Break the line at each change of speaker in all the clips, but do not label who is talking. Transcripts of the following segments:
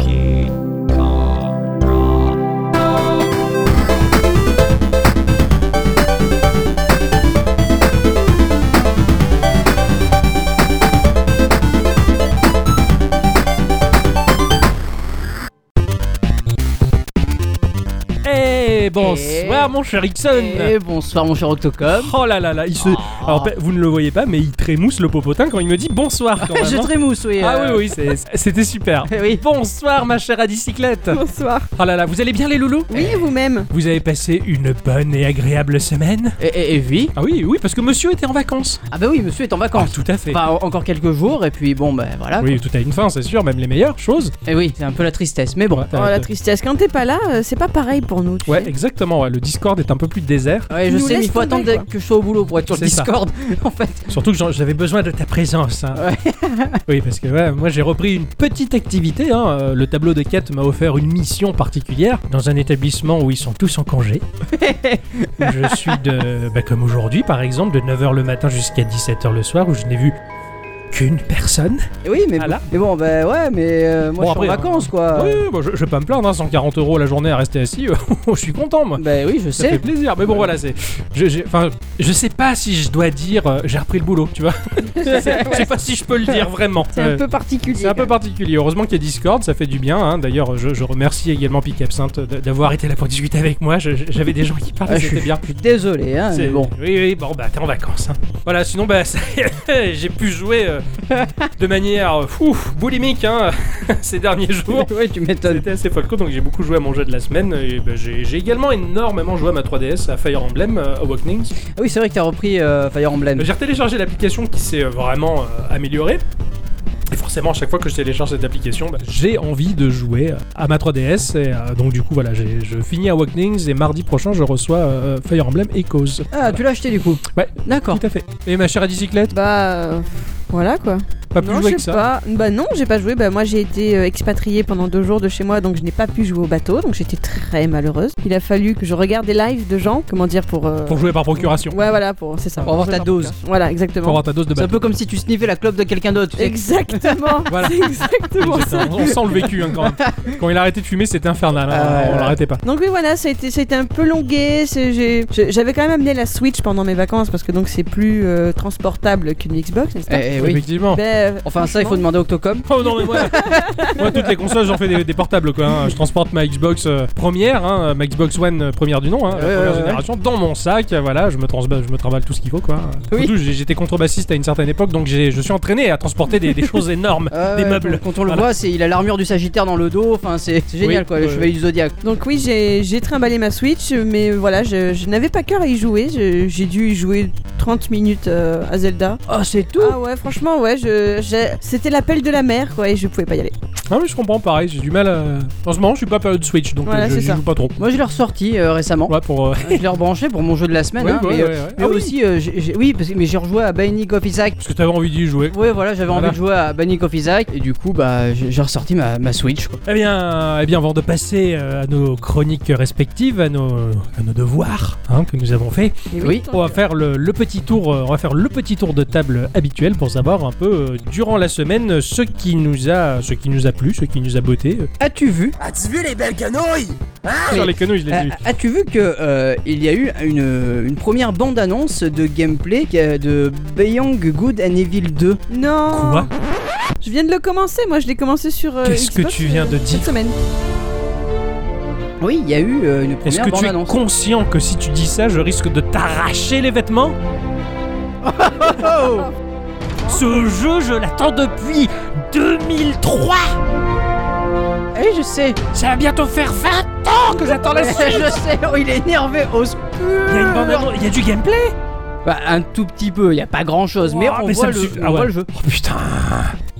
Eh, Et bonsoir mon cher Ixon
Et Eh, bonsoir mon cher Octocom.
Oh là là là, il se...
Ah.
Alors pe- vous ne le voyez pas, mais il trémousse le popotin quand il me dit bonsoir quand
Je
même, hein.
trémousse, oui.
Ah oui,
euh, eh
oui, c'est- c'était super.
oui.
Bonsoir ma chère Adicyclette
Bonsoir.
Oh là là, vous allez bien les loulous
Oui, vous-même.
Vous avez passé une bonne et agréable semaine
Et, et- et oui.
Ah oui, oui, parce que monsieur était en vacances.
Ah bah oui, monsieur est en
Ah,
vacances.
tout à fait.
Enfin, en- encore quelques jours, et puis bon, bah voilà.
Oui, tout a une fin, c'est sûr, même les meilleures choses.
Et oui, c'est un peu la tristesse, mais bon.
Ouais,
Oh, la tristesse. Quand t'es pas là, euh, c'est pas pareil pour nous. Tu
euh. Ouais, euh,
sais.
exactement, ouais, le Discord est un peu plus désert.
Ouais, je
Nous
sais, mais
laisse
il faut
tomber,
attendre
quoi.
que je sois au boulot pour être sur le
C'est ça.
Discord, en fait.
Surtout que j'en- j'avais besoin de ta présence. hein. oui, parce que ouais, moi j'ai repris une petite activité. hein, euh, Le tableau de quête m'a offert une mission particulière dans un établissement où ils sont tous en congé. Où je suis de, bah, comme aujourd'hui par exemple, de 9h le matin jusqu'à 17h le soir où je n'ai vu qu'une personne.
Et Eh oui, mais,
Voilà.
bon, mais bon, bah ouais, mais euh, moi
Ah Bon,
je
après,
suis en vacances, quoi.
Oui, oui, bah, je, je vais pas me plaindre, hein, 140 euros la journée à rester assis, oh, je suis content moi.
Bah oui, je
Ça fait
sais.
plaisir, mais bon voilà, c'est. Je, j'ai- enfin, je sais pas si je dois dire euh, j'ai repris le boulot, tu vois. je sais pas si je peux le dire vraiment.
C'est
Euh,
un peu particulier.
C'est un peu particulier. Heureusement qu'il y a Discord, ça fait du bien. hein. D'ailleurs, je, je remercie également Pic Absinthe d- d'avoir été là pour discuter avec moi. Je- je- J'avais des gens qui parlaient,
Ah, je,
c'était
suis,
bien.
je suis désolé, hein, mais
C'est-
bon.
Oui, oui, bon, bah t'es en vacances. hein. Voilà, sinon, bah ça- j'ai pu jouer euh, de manière euh, fou, boulimique hein, ces derniers jours.
Ouais, tu m'étonnes.
C'était assez folklore, donc j'ai beaucoup joué à mon jeu de la semaine. et bah, j'ai j'ai également énormément joué à ma 3DS, à Fire Emblem euh, Awakening.
Ah oui, c'est vrai que t'as repris euh, Fire Emblem.
J'ai retéléchargé l'application qui s'est euh, vraiment euh, améliorée. Et forcément, à chaque fois que je télécharge cette application, bah, j'ai envie de jouer euh, à ma 3DS. Et euh, donc, du coup, voilà, j'ai- je finis Awakenings et mardi prochain, je reçois euh, Fire Emblem Echoes.
Ah, tu l'as acheté du coup
Ouais.
D'accord.
Tout à fait. Et ma chère à bicyclette,
Bah. euh, Voilà quoi.
pas plus
non,
joué
j'ai
que ça.
pas. Bah non, j'ai pas joué. Bah moi j'ai été euh, expatriée pendant deux jours de chez moi, donc je n'ai pas pu jouer au bateau, donc j'étais très malheureuse. Il a fallu que je regarde des lives de gens, comment dire pour. euh,
Pour jouer par procuration.
Ouais voilà pour c'est ça.
Pour avoir
jouer
ta
par
dose.
procuration. Voilà
Pour
exactement.
avoir ta dose de
C'est un
balle.
peu comme si tu sniffais la clope de quelqu'un d'autre. tu sais.
Exactement.
Voilà.
C'est exactement ça.
Exactement. On sent le vécu hein, quand même. Quand il a arrêté de fumer, c'était infernal. hein.
Ah ouais,
on
ouais.
l'arrêtait pas.
Donc oui voilà, ça a été, ça a été un peu longué. c'est- j'ai- j'ai- J'avais quand même amené la Switch pendant mes vacances parce que donc c'est plus euh, transportable qu'une Xbox, n'est-ce pas
Eh, eh oui.
Effectivement.
Ben, euh,
Enfin, ça, il faut
franchement,
demander à Octocom.
Oh non mais moi, moi toutes les consoles j'en fais des, des portables quoi. hein. Je transporte ma Xbox euh, première, hein, ma Xbox One euh, première du nom, hein, la
Ouais,
première
ouais, ouais.
génération, dans mon sac. euh, Voilà, je me, trans je me travaille tout ce qu'il faut quoi.
Oui.
Surtout, j'ai- j'étais contrebassiste à une certaine époque, donc j'ai- je suis entraîné à transporter des, des choses énormes, des meubles.
Ah Quand on le
Voilà.
voit, c'est il a l'armure du Sagittaire dans le dos. Enfin, c'est c'est génial
Oui,
quoi, le
ouais.
chevalier du zodiaque.
Donc oui, j'ai j'ai trimballé ma Switch, mais voilà, je, je n'avais pas cœur à y jouer. je- J'ai dû y jouer 30 minutes euh, à Zelda.
Oh, c'est tout.
Ah ouais, franchement, ouais, je- j'ai- c'était l'appel de la mer, quoi, et je pouvais pas y aller.
Ah mais je comprends pareil, j'ai du mal. À... En ce moment, je suis pas période Switch, donc
Voilà,
euh, je
c'est
j'y
ça.
joue pas trop.
Moi, je l'ai ressorti euh, récemment.
Ouais, pour. euh,
Je l'ai rebranché pour mon jeu de la semaine.
ouais,
hein,
ouais,
mais euh,
ouais, ouais.
mais
Ah oui,
aussi, euh, j'ai- j'ai- oui, parce que- mais j'ai rejoué à Binding of Isaac.
parce que t'avais envie d'y jouer.
Ouais, voilà, j'avais
Voilà.
envie de jouer à Binding of Isaac. Et du coup, bah, j'ai j'ai ressorti ma, ma Switch. Quoi.
Eh bien, eh bien, avant de passer euh, à nos chroniques respectives, à nos, à nos devoirs hein, que nous avons fait,
Et
Oui.
On va faire le, le petit tour, euh, on va faire le petit tour de table habituel pour savoir un peu euh, durant la semaine euh, ce qui nous a, ce qui nous a plu, ce qui nous a botté. Euh,
As-tu vu
As-tu vu les belles canouilles
Ah
sur les canaux, je l'ai vu.
a- As-tu vu que euh, il y a eu une, une première bande-annonce de gameplay qui est de Beyond Good and Evil 2
Non
Quoi
Je viens de le commencer, moi je l'ai commencé sur. euh,
Qu'est-ce que
Xbox,
tu viens de
euh,
dire
Cette semaine.
Oui, il y a eu euh, une
Est-ce
première
que tu es
bande-annonce.
conscient que si tu dis ça, je risque de t'arracher les vêtements
Oh
Ce jeu, je l'attends depuis 2003
Eh, je sais
Ça va bientôt faire 20 ans que j'attends la
Ouais,
suite
je sais, oh, il est énervé au secours
Il y a une bande-annonce- il y a du gameplay
Bah, un tout petit peu, il y a pas grand chose, mais
Ouah,
on,
mais ça
voit,
me
le,
suffit.
on
Ah
voit
ouais.
le jeu.
Oh putain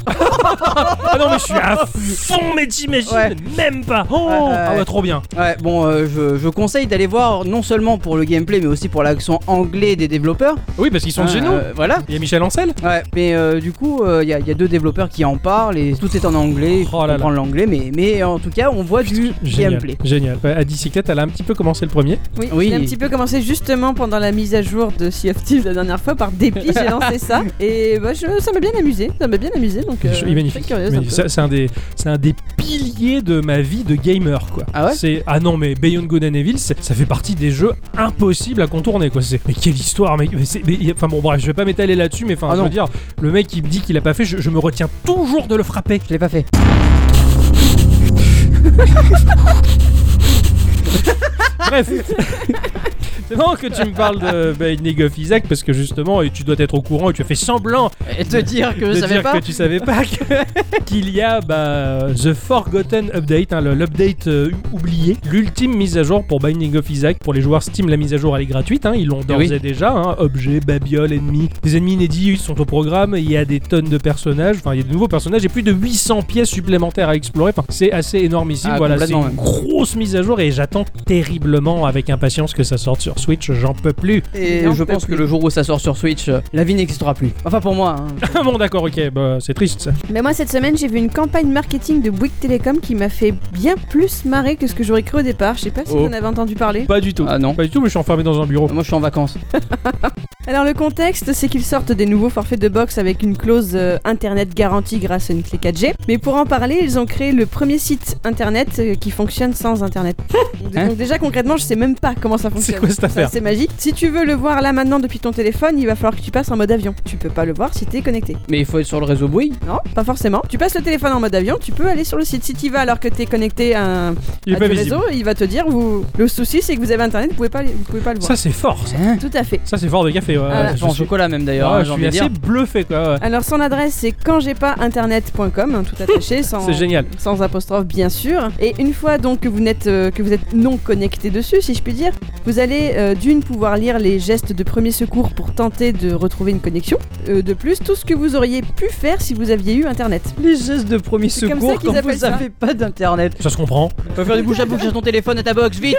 Ah non mais je suis à fond mais t'imagines
Ouais.
même pas Oh
Ouais, ouais,
Ah
ouais.
ouais trop bien
Ouais, bon, euh, je, je conseille d'aller voir non seulement pour le gameplay, mais aussi pour l'accent anglais des développeurs.
Oui parce qu'ils sont de chez
Euh,
nous
euh, Voilà.
Il y a Michel Ancel
Ouais, mais euh, du coup, euh, il y, a- il y a deux développeurs qui en parlent et tout est en anglais. Il faut
Oh là là.
comprendre l'anglais, mais, mais en tout cas, on voit du gameplay.
Génial. Ouais, à bicyclette, elle a un petit peu commencé le premier.
Oui,
Oui.
j'ai un petit peu commencé justement pendant la mise à jour de Sea of Thieves la dernière fois, par dépit j'ai lancé ça, et bah, je- ça m'a bien amusé, ça m'a bien amusé, donc euh,
Il est magnifique.
très curieuse. un
Mais
peu.
ça, c'est un des, c'est un des piliers de ma vie de gamer quoi.
Ah ouais
C'est ah non mais Beyond Good and Evil, c'est- ça fait partie des jeux impossibles à contourner quoi. C'est mais quelle histoire mais, mais c'est- mais y a- enfin bon bref, je vais pas m'étaler là-dessus mais enfin
Ah
je veux
non.
dire le mec il me dit qu'il a pas fait, je, je me retiens toujours de le frapper.
Je l'ai pas fait.
Bref. C'est marrant que tu me parles de Binding of Isaac parce que justement, et tu dois être au courant et tu as fait semblant
Et te dire que
de
je savais
dire
pas.
que tu savais pas que- qu'il y a bah, The Forgotten Update, hein, le- l'update euh, oublié, l'ultime mise à jour pour Binding of Isaac. Pour les joueurs Steam, la mise à jour elle est gratuite, hein, ils l'ont d'ores
Eh oui.
et déjà. hein, objets, babioles, ennemis, des ennemis inédits ils sont au programme. Il y a des tonnes de personnages, enfin il y a de nouveaux personnages et plus de 800 pièces supplémentaires à explorer. Enfin, c'est assez énorme ici.
Ah,
voilà, c'est
complètement,
une grosse mise à jour et j'attends terriblement avec impatience que ça sorte sur Switch. J'en peux plus.
Et
Non,
je
pas
pense que
plus.
le jour où ça sort sur Switch, euh, la vie n'existera plus. Enfin pour moi. hein.
Ah bon, d'accord, ok, bah, c'est triste. ça.
Mais moi, cette semaine, j'ai vu une campagne marketing de Bouygues Télécom qui m'a fait bien plus marrer que ce que j'aurais cru au départ. Je sais pas si
Oh.
vous en avez entendu parler.
Pas du tout.
Ah non.
Pas du tout, mais je suis enfermé dans un bureau.
Moi je suis en vacances.
Alors, le contexte, c'est qu'ils sortent des nouveaux forfaits de box avec une clause euh, internet garantie grâce à une clé 4G. Mais pour en parler, ils ont créé le premier site internet euh, qui fonctionne sans internet. Donc,
Hein
déjà, concrètement, je sais même pas comment ça
C'est
fonctionne.
quoi cette
Ça,
affaire
C'est magique. Si tu veux le voir là maintenant depuis ton téléphone, il va falloir que tu passes en mode avion. Tu peux pas le voir si t'es connecté.
Mais il faut être sur le réseau Bouygues.
Non, pas forcément. Tu passes le téléphone en mode avion, tu peux aller sur le site. Si tu vas alors que t'es connecté à un
Il est
à
pas
du
visible.
réseau, il va te dire vous. Le souci c'est que vous avez internet, vous pouvez pas, vous pouvez pas le voir.
Ça c'est fort, ça.
Hein
Tout à fait.
Ça c'est fort de café. ouais.
Ah, là.
Je
Je suis en
suis-
chocolat même d'ailleurs.
Ah,
hein,
je suis
j'ai envie de
assez
dire.
bluffé quoi. ouais.
Alors son adresse c'est quand j'ai pas internet.com, hein, tout attaché sans
Ah,
C'est génial.
sans apostrophe bien sûr. Et une fois donc que vous n'êtes euh, que vous êtes non connecté dessus, si je puis dire, vous allez euh, d'une pouvoir lire les gestes de premier secours pour tenter de retrouver une connexion. Euh, de plus, tout ce que vous auriez pu faire si vous aviez eu internet.
Les gestes de premier
C'est comme ça
secours
qu'ils
quand
appellent
vous
ça.
avez pas d'internet.
Ça se comprend.
Faut faire du bouche à bouche, j'ai ton téléphone à ta box, vite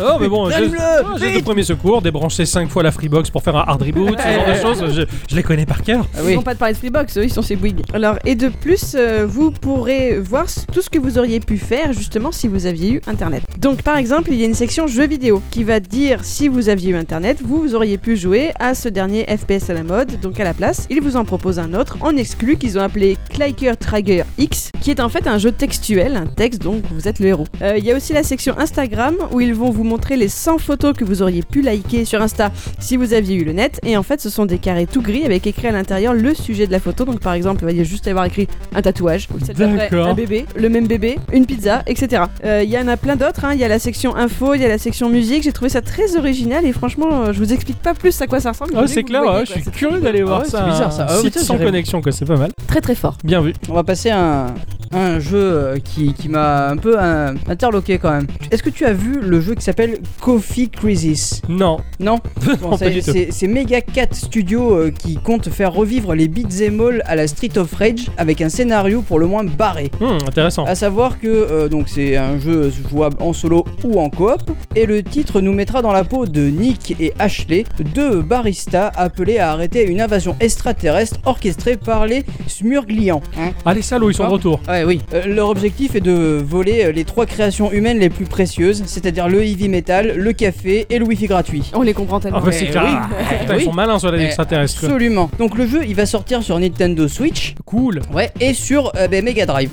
Oh mais bon, j'ai
Allume-le,
de
vite
premier secours, débrancher 5 fois la Freebox pour faire un hard reboot, ce genre de choses, je, je les connais par cœur.
Ah
Ils
oui.
vont pas de Paris Freebox, eux ils sont chez Bouygues. Alors, et de plus, euh, vous pourrez voir s- tout ce que vous auriez pu faire justement si vous aviez eu Internet. Donc, par exemple, il y a une section jeux vidéo qui va dire si vous aviez eu Internet, vous, vous auriez pu jouer à ce dernier FPS à la mode. Donc, à la place, ils vous en proposent un autre en exclu qu'ils ont appelé Clicker Trigger X, qui est en fait un jeu textuel, un texte donc vous êtes le héros. Euh, Il y a aussi la section Instagram où ils vont vous montrer les 100 photos que vous auriez pu liker sur Insta si vous aviez eu le net. Et en fait, ce sont des carrés tout gris avec écrit à l'intérieur le sujet de la photo. Donc, par exemple, il va y a juste avoir écrit un tatouage, celle d'après,
D'accord.
un bébé, le même bébé, une pizza, etc. Euh, Il y en a plein d'autres. hein. Il y a la section info, il y a la section musique. J'ai trouvé ça très original et franchement, euh, je vous explique pas plus à quoi ça ressemble.
Ah
mais
c'est
vous
clair,
voyez,
ouais, je
quoi.
suis
C'est
curieux d'aller voir
ouais,
ça.
c'est bizarre, ça. Ah,
un
ouais,
site
tiens,
sans
j'irai.
connexion quoi, c'est pas mal.
très très fort.
Bien vu.
On va passer à un, un jeu euh, qui, qui m'a un peu euh, interloqué quand même. Est-ce que tu as vu le jeu qui s'appelle Coffee Crisis
Non.
Non
Non,
Bon,
pas
c'est-
du tout.
C'est c'est Mega Cat Studio euh, qui compte faire revivre les beat'em all à la Street of Rage avec un scénario pour le moins barré.
Hum, intéressant.
À savoir que euh, donc c'est un jeu jouable en solo ou en coop, et le titre nous mettra dans la peau de Nick et Ashley, deux baristas appelés à arrêter une invasion extraterrestre orchestrée par les Smurglians.
Allez salauds, ils sont de retour.
Ouais, oui. Euh, leur objectif est de voler euh, les trois créations humaines les plus précieuses, c'est-à-dire le heavy metal, le café et le wifi gratuit.
On les comprend
Ah
tellement.
bah c'est
Eh
clair.
oui.
Ah, putain,
Eh
ils
oui.
sont malins sur les
Eh,
extraterrestres. quoi.
Absolument. Donc le jeu, il va sortir sur Nintendo Switch.
Cool,
Ouais, et sur euh, ben, Mega Drive.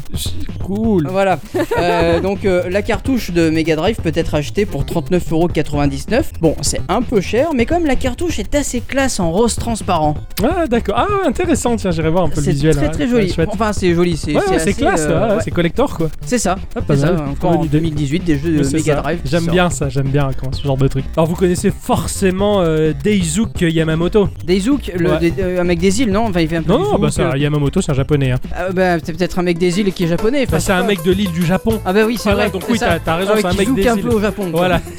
cool.
Voilà. Euh, donc euh, la cartouche de Mega Drive peut être achetée pour 39,99€. Bon, c'est un peu cher, mais comme la cartouche est assez classe en rose transparent,
Ah d'accord. Ah intéressant, tiens, j'irai voir un peu le
c'est
visuel. hein,
très
ouais.
très joli.
Ouais, chouette.
enfin, c'est joli, c'est
Ouais, ouais, c'est
assez,
classe,
euh,
ouais,
ouais.
c'est collector quoi.
c'est ça.
Ah, pas
C'est ça.
mal.
Encore
Bonne
en
idée.
2018, des jeux
Oui,
de
c'est
Mega
ça.
Drive. qui
J'aime
sortent.
bien ça, j'aime bien quand ce genre de truc. Alors vous connaissez forcément euh, Deizuke Yamamoto.
Daizook, le,
Ouais.
des- euh, un mec des îles, non Enfin, il fait un peu.
Non,
du
non,
zouk,
bah ça,
euh.
Yamamoto c'est un japonais. Hein.
Ah, bah, c'est peut-être un mec des îles qui est japonais.
Bah,
enfin,
c'est un
quoi.
mec de l'île du Japon.
Ah, bah oui, c'est
Ah,
vrai.
donc
c'est
oui,
ça.
t'as t'as raison,
Ah,
c'est un
qui
mec
zouk
des
un
îles.
peu au Japon. quoi.
Voilà.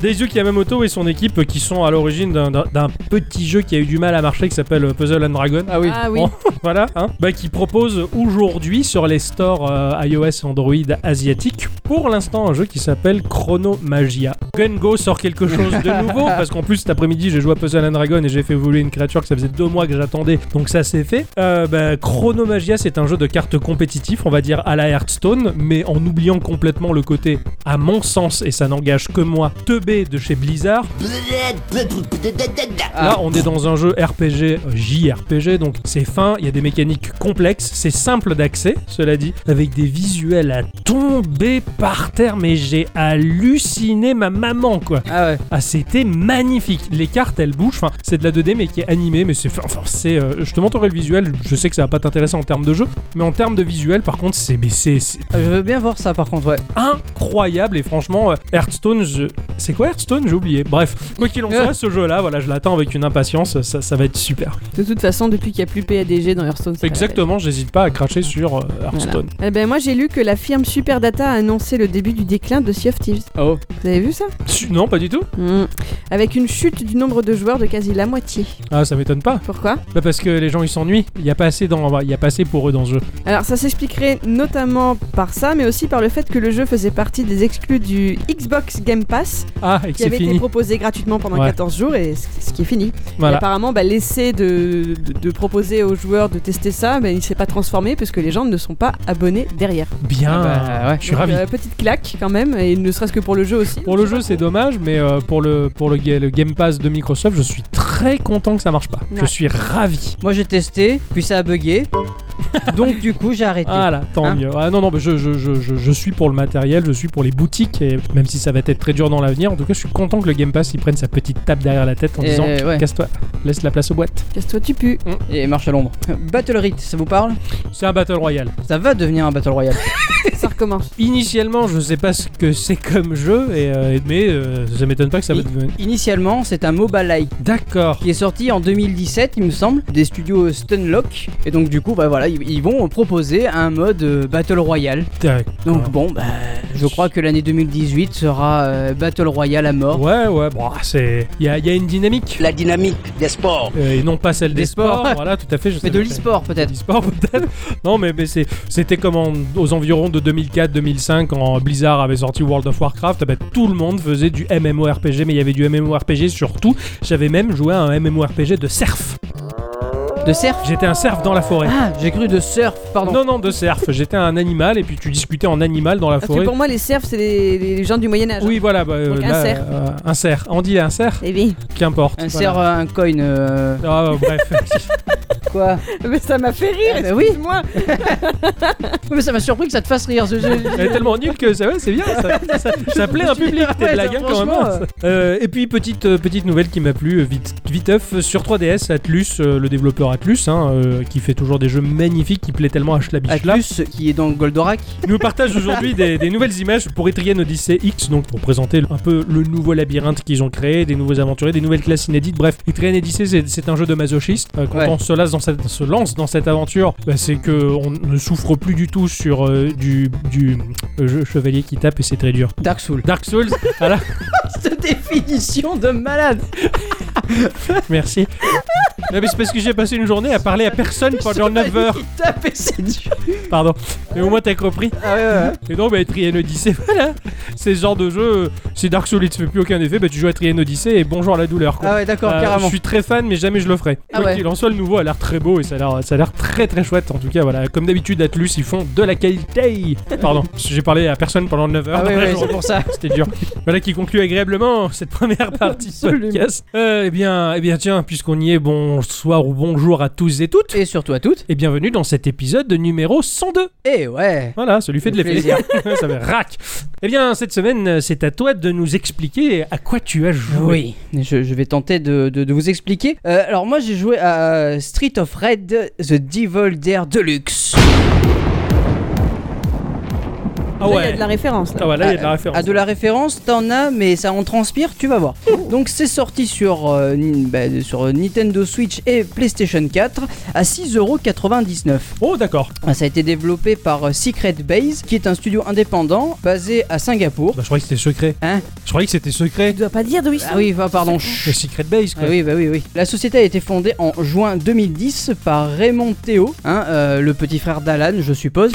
Deizuke Yamamoto et son équipe qui sont à l'origine d'un- d'un d'un petit jeu qui a eu du mal à marcher qui s'appelle euh, Puzzle and Dragon.
Ah oui.
Ah oui.
Bon, voilà, hein. Bah, qui propose aujourd'hui sur les stores euh, iOS et Android asiatiques, pour l'instant, un jeu qui s'appelle Chrono Magia. Gungo sort quelque chose de nouveau, parce qu'en plus, cet après-midi, j'ai joué à Puzzle and Dragon et j'ai fait voler une créature que ça faisait deux mois que j'attendais, donc ça c'est fait. Euh, bah, Chrono Magia, c'est un jeu de cartes compétitif, on va dire à la Hearthstone, mais en oubliant complètement le côté, à mon sens, et ça n'engage que moi, teubé B de chez Blizzard.
Ah.
Là, on est dans un jeu RPG, euh, JRPG, donc c'est fin, il y a des mécaniques complexes, c'est simple d'accès, cela dit, avec des visuels à tomber par terre, mais j'ai halluciné ma maman, quoi.
Ah ouais.
Ah, c'était magnifique. Les cartes, elles bougent. Enfin, c'est de la 2D, mais qui est animée. Mais c'est. Enfin, c'est. euh, je te montrerai le visuel. Je sais que ça va pas t'intéresser en termes de jeu. Mais en termes de visuel, par contre, c'est. mais c'est- c'est
Je veux bien voir ça par contre, ouais.
incroyable. Et franchement, euh, Hearthstone. je- C'est quoi Hearthstone J'ai oublié. Bref, quoi qu'il en
Ah.
soit, ce jeu-là, voilà, je l'attends avec une impatience. Ça, ça va être super.
De toute façon, depuis qu'il n'y a plus PADG dans Hearthstone, c'est pas la
Exactement, j'hésite pas à cracher sur euh,
peine. Voilà.
Hearthstone.
Eh ben moi j'ai lu que la firme Superdata a annoncé le début du déclin de Sea of Thieves.
Oh.
Vous avez vu ça
Tu- Non, pas du tout.
Hmm. Avec une chute du nombre de joueurs de quasi la moitié.
Ah, ça m'étonne pas.
Pourquoi
Bah, parce que les gens, ils s'ennuient. Il y a pas assez dans. Il y a pas assez pour eux dans ce jeu.
Alors ça s'expliquerait notamment par ça, mais aussi par le fait que le jeu faisait partie des exclus du Xbox Game Pass,
Ah, et que
qui
c'est
avait
fini.
été proposé gratuitement pendant
Ouais.
14 jours, et c- ce qui est fini. Et
Voilà.
apparemment, bah, l'essai de, de- de proposer aux joueurs de tester ça, bah, il s'est pas transformé, puisque les gens ne sont pas abonnés derrière.
Bien.
Ah bah, ouais.
Je suis
Donc,
ravi.
euh, petite claque quand même, et ne serait-ce que pour le jeu aussi.
Pour le jeu, c'est dommage, mais euh, pour, le, pour le, ga- le Game Pass de Microsoft, je suis très content que ça marche pas. Je
Ouais.
suis ravi.
Moi j'ai testé, puis ça a bugué. donc du coup j'ai arrêté.
Ah là, tant
Hein
mieux. Ah non, non, mais je, je, je, je, je suis pour le matériel, je suis pour les boutiques, et même si ça va être très dur dans l'avenir, en tout cas, je suis content que le Game Pass il prenne sa petite tape derrière la tête en
Et
disant
ouais.
Casse-toi, laisse la place aux boîtes.
Casse-toi, tu pues.
Mm.
Et marche à l'ombre. Battle Rite, ça vous parle
C'est un Battle Royale.
Ça va devenir un Battle Royale.
ça recommence.
Initialement, je sais pas ce que c'est comme jeu, et, euh, mais euh, ça m'étonne pas que ça va
Oui.
devenir.
Initialement, c'est un MOBA like
D'accord.
qui est sorti en 2017, il me semble, des studios Stunlock. Et donc du coup, bah voilà, ils ils vont proposer un mode euh, Battle Royale. Donc
D'accord.
bon, bah, je crois que l'année 2018 sera euh, Battle Royale à mort.
Ouais, ouais, bon, c'est. Il y a, il y a une dynamique.
La dynamique des sports.
Euh, et non pas celle des,
Des
sports.
sports.
voilà, tout à fait. Je
Mais
sais
de
pas.
l'e-sport peut-être.
Sport peut-être Non, mais, mais c'est- c'était comme en- aux environs de 2004-2005 quand Blizzard avait sorti World of Warcraft. eh ben, tout le monde faisait du MMORPG, mais il y avait du MMORPG sur tout. J'avais même joué à un MMORPG de surf.
De surf
J'étais un surf dans la forêt.
Ah, j'ai cru de surf,
Ah.
pardon.
Non, non, de surf. J'étais un animal et puis tu discutais en animal dans la
Parce que
forêt.
pour moi, les serfs, Ah, c'est les, les gens du Moyen-Âge.
Oui, voilà. bah, euh,
Donc, un
là,
cerf.
euh, un cerf. On dit un cerf
Eh bien.
Qu'importe.
Un
voilà.
cerf, euh, un coin. euh,
Ah, bref.
Quoi
Mais ça m'a fait rire,
Ah bah oui.
excuse-moi.
Mais ça m'a surpris que ça te fasse rire. ce jeu.
Elle est tellement nulle que ça, ouais, c'est bien, ça, ça- ça plaît un public, tes
Ouais,
blagues, hein, quand même.
franchement,
hein. Euh, et puis, petite, euh, petite nouvelle qui m'a plu, euh, vite, viteuf, euh, sur 3DS, Atlus, euh, le développeur Atlus, hein, euh, qui fait toujours des jeux magnifiques, qui plaît tellement à Schlabichla,
Atlus qui est dans Goldorak.
nous partage aujourd'hui des, des nouvelles images pour Etrian Odyssey X, donc pour présenter un peu le nouveau labyrinthe qu'ils ont créé, des nouveaux aventuriers, des nouvelles classes inédites. Bref, Etrian Odyssey, c'est- c'est un jeu de masochiste. Euh, quand
Ouais.
on se lance dans cette, se lance dans cette aventure, bah, c'est que on ne souffre plus du tout sur euh, du, du euh, jeu chevalier qui tape et c'est très dur.
Dark Souls.
Dark Souls, voilà,
Cette définition de malade.
merci. Non, mais c'est parce que j'ai passé une journée à parler à personne pendant 9 heures.
Taper, c'est dur.
Pardon. Mais au moins t'as compris.
Ah ouais, ouais, ouais.
Et donc, bah, Trien Odyssey, voilà. C'est ce genre de jeu, euh, si Dark Souls ne fait plus aucun effet, bah, tu joues à Trien Odyssey et bonjour à la douleur. Quoi.
Ah ouais, d'accord,
Euh, je
carrément.
suis très fan, mais jamais je le ferai.
Ah
Quoi
ouais.
qu'il en soit, le nouveau a l'air très beau et ça a l'air, ça a l'air très très chouette. En tout cas, voilà, comme d'habitude, Atlus, ils font de la qualité. Pardon, j'ai parlé à personne pendant 9 heures.
Ah
dans
ouais,
la
ouais,
journée.
c'est pour ça.
C'était dur. voilà qui conclut agréablement cette première partie du
Absolument.
podcast. Euh, eh bien, eh bien, tiens, puisqu'on y est, bonsoir ou bonjour à tous et toutes.
Et surtout à toutes.
Et bienvenue dans cet épisode numéro 102.
Et ouais.
Voilà, ça lui fait de
Le
l'effet. ça fait rac. Eh bien, cette semaine, c'est à toi de nous expliquer à quoi tu as joué.
Oui, je, je vais tenter de, de- de vous expliquer. Euh, alors moi j'ai joué à euh, Street of Red, The Devil Dare Deluxe.
Ah
Là, Oh, Il y a de
ouais.
la référence. Là.
Ah ouais, là, il y a de la référence.
Euh, À de la référence, t'en as, mais ça en transpire, tu vas voir. Donc c'est sorti sur, euh, ni- bah, sur Nintendo Switch et PlayStation 4 à 6,99€.
Oh, d'accord.
Ah, Ça a été développé par euh, Secret Base, qui est un studio indépendant basé à Singapour.
Bah, je croyais que c'était secret.
Hein
Je croyais que c'était secret.
Tu dois pas dire d'où ils sont.
Ah oui, bah, pardon. chut.
Le Secret Base,
Ah
quoi.
oui, bah oui, oui. La société a été fondée en juin 2010 par Raymond Théo, hein, euh, le petit frère d'Alan, je suppose.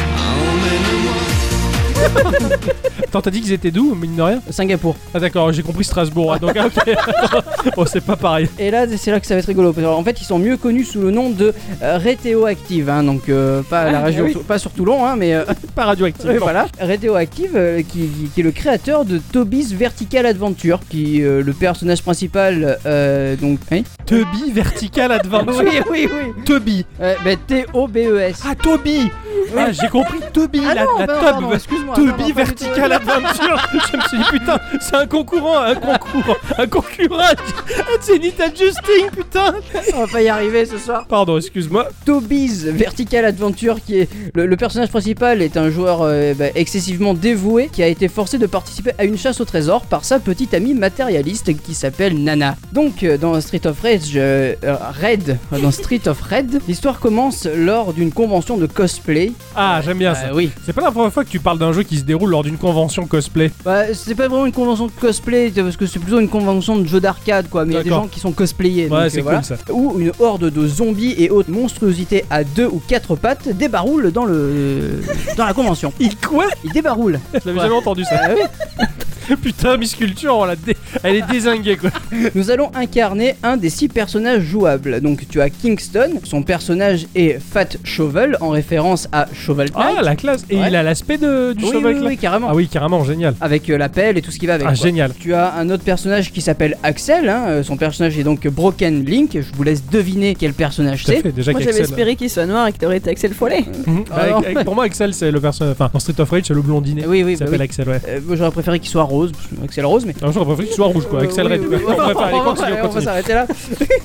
Attends, t'as dit qu'ils étaient d'où, mine de rien
Singapour.
Ah d'accord, j'ai compris Strasbourg. Ah, donc ah, ok. bon, c'est pas pareil.
Et là, c'est là que ça va être rigolo. Parce que, en fait, ils sont mieux connus sous le nom de euh, Rétéoactive. hein, donc, euh, pas, la
Ah,
région,
oui.
pas sur Toulon, hein, mais euh,
Pas radioactif.
Oui,
Bon.
voilà. Radioactive, euh, qui, qui- qui est le créateur de Toby's Vertical Adventure, qui euh, le personnage principal, euh, donc. hein
Toby Vertical Adventure.
oui, oui, oui.
Toby.
Euh, ben, T-O-B-E-S.
Ah, Toby Ah, j'ai compris Toby,
Ah
la,
non,
la
ben,
Tob.
pardon, excuse-moi.
Toby
non, non, pas du tout.
Vertical Adventure Je me suis dit, putain, c'est un concurrent, un concours, un concurrent C'est Nita Justing, putain
On va pas y arriver ce soir.
Pardon, excuse-moi.
Toby's Vertical Adventure, qui est le, le personnage principal, est un joueur euh, bah, excessivement dévoué qui a été forcé de participer à une chasse au trésor par sa petite amie matérialiste qui s'appelle Nana. Donc, euh, dans Street of Rage, euh, euh, Red, euh, dans Street of Red, l'histoire commence lors d'une convention de cosplay.
Ah, j'aime bien ça.
Euh, oui.
C'est pas la première fois que tu parles d'un jeu qui se déroule lors d'une convention cosplay.
Bah, c'est pas vraiment une convention de cosplay, c'est- parce que c'est plutôt une convention de jeu d'arcade, quoi. Mais il y a des
D'accord.
gens qui sont cosplayés. donc,
Ouais,
euh,
c'est
voilà.
cool ça.
Où une horde de zombies et autres monstruosités à deux ou quatre pattes débaroule dans le dans la convention.
Il quoi
Il débaroule.
Je l'avais
Ouais.
jamais entendu ça. Putain, Miss Culture, on l'a dé- elle est désinguée quoi.
Nous allons incarner un des six personnages jouables. Donc tu as Kingston, son personnage est Fat Shovel en référence à Shovel Knight.
Ah, la classe Et
Ouais.
il a l'aspect de... du
oui,
cheval
oui, oui, carrément.
Ah oui, carrément, génial.
Avec euh, la pelle et tout ce qui va avec.
Ah,
quoi.
génial.
Tu as un autre personnage qui s'appelle Axel. hein, euh, Son personnage est donc Broken Link. Je vous laisse deviner quel personnage
Tout à
c'est.
fait, déjà
Moi j'avais
qu'Axel-
espéré qu'il soit noir et que t'aurais été Axel Follet.
Mhm.
Ah,
Bah, avec-
non.
avec- pour moi, Axel, c'est le personnage. Enfin, dans Street of Rage, c'est le blondinet.
Eh Oui, oui,
Il
bah
s'appelle
oui.
Axel, ouais.
Euh, moi, J'aurais préféré qu'il soit rose, parce que Axel Rose, mais.
Un jour, on préfère qu'il soit rouge, quoi.
Euh,
Axel
oui,
Red.
oui, oui.
On préfère aller continuer.
Ouais, on va s'arrêter là.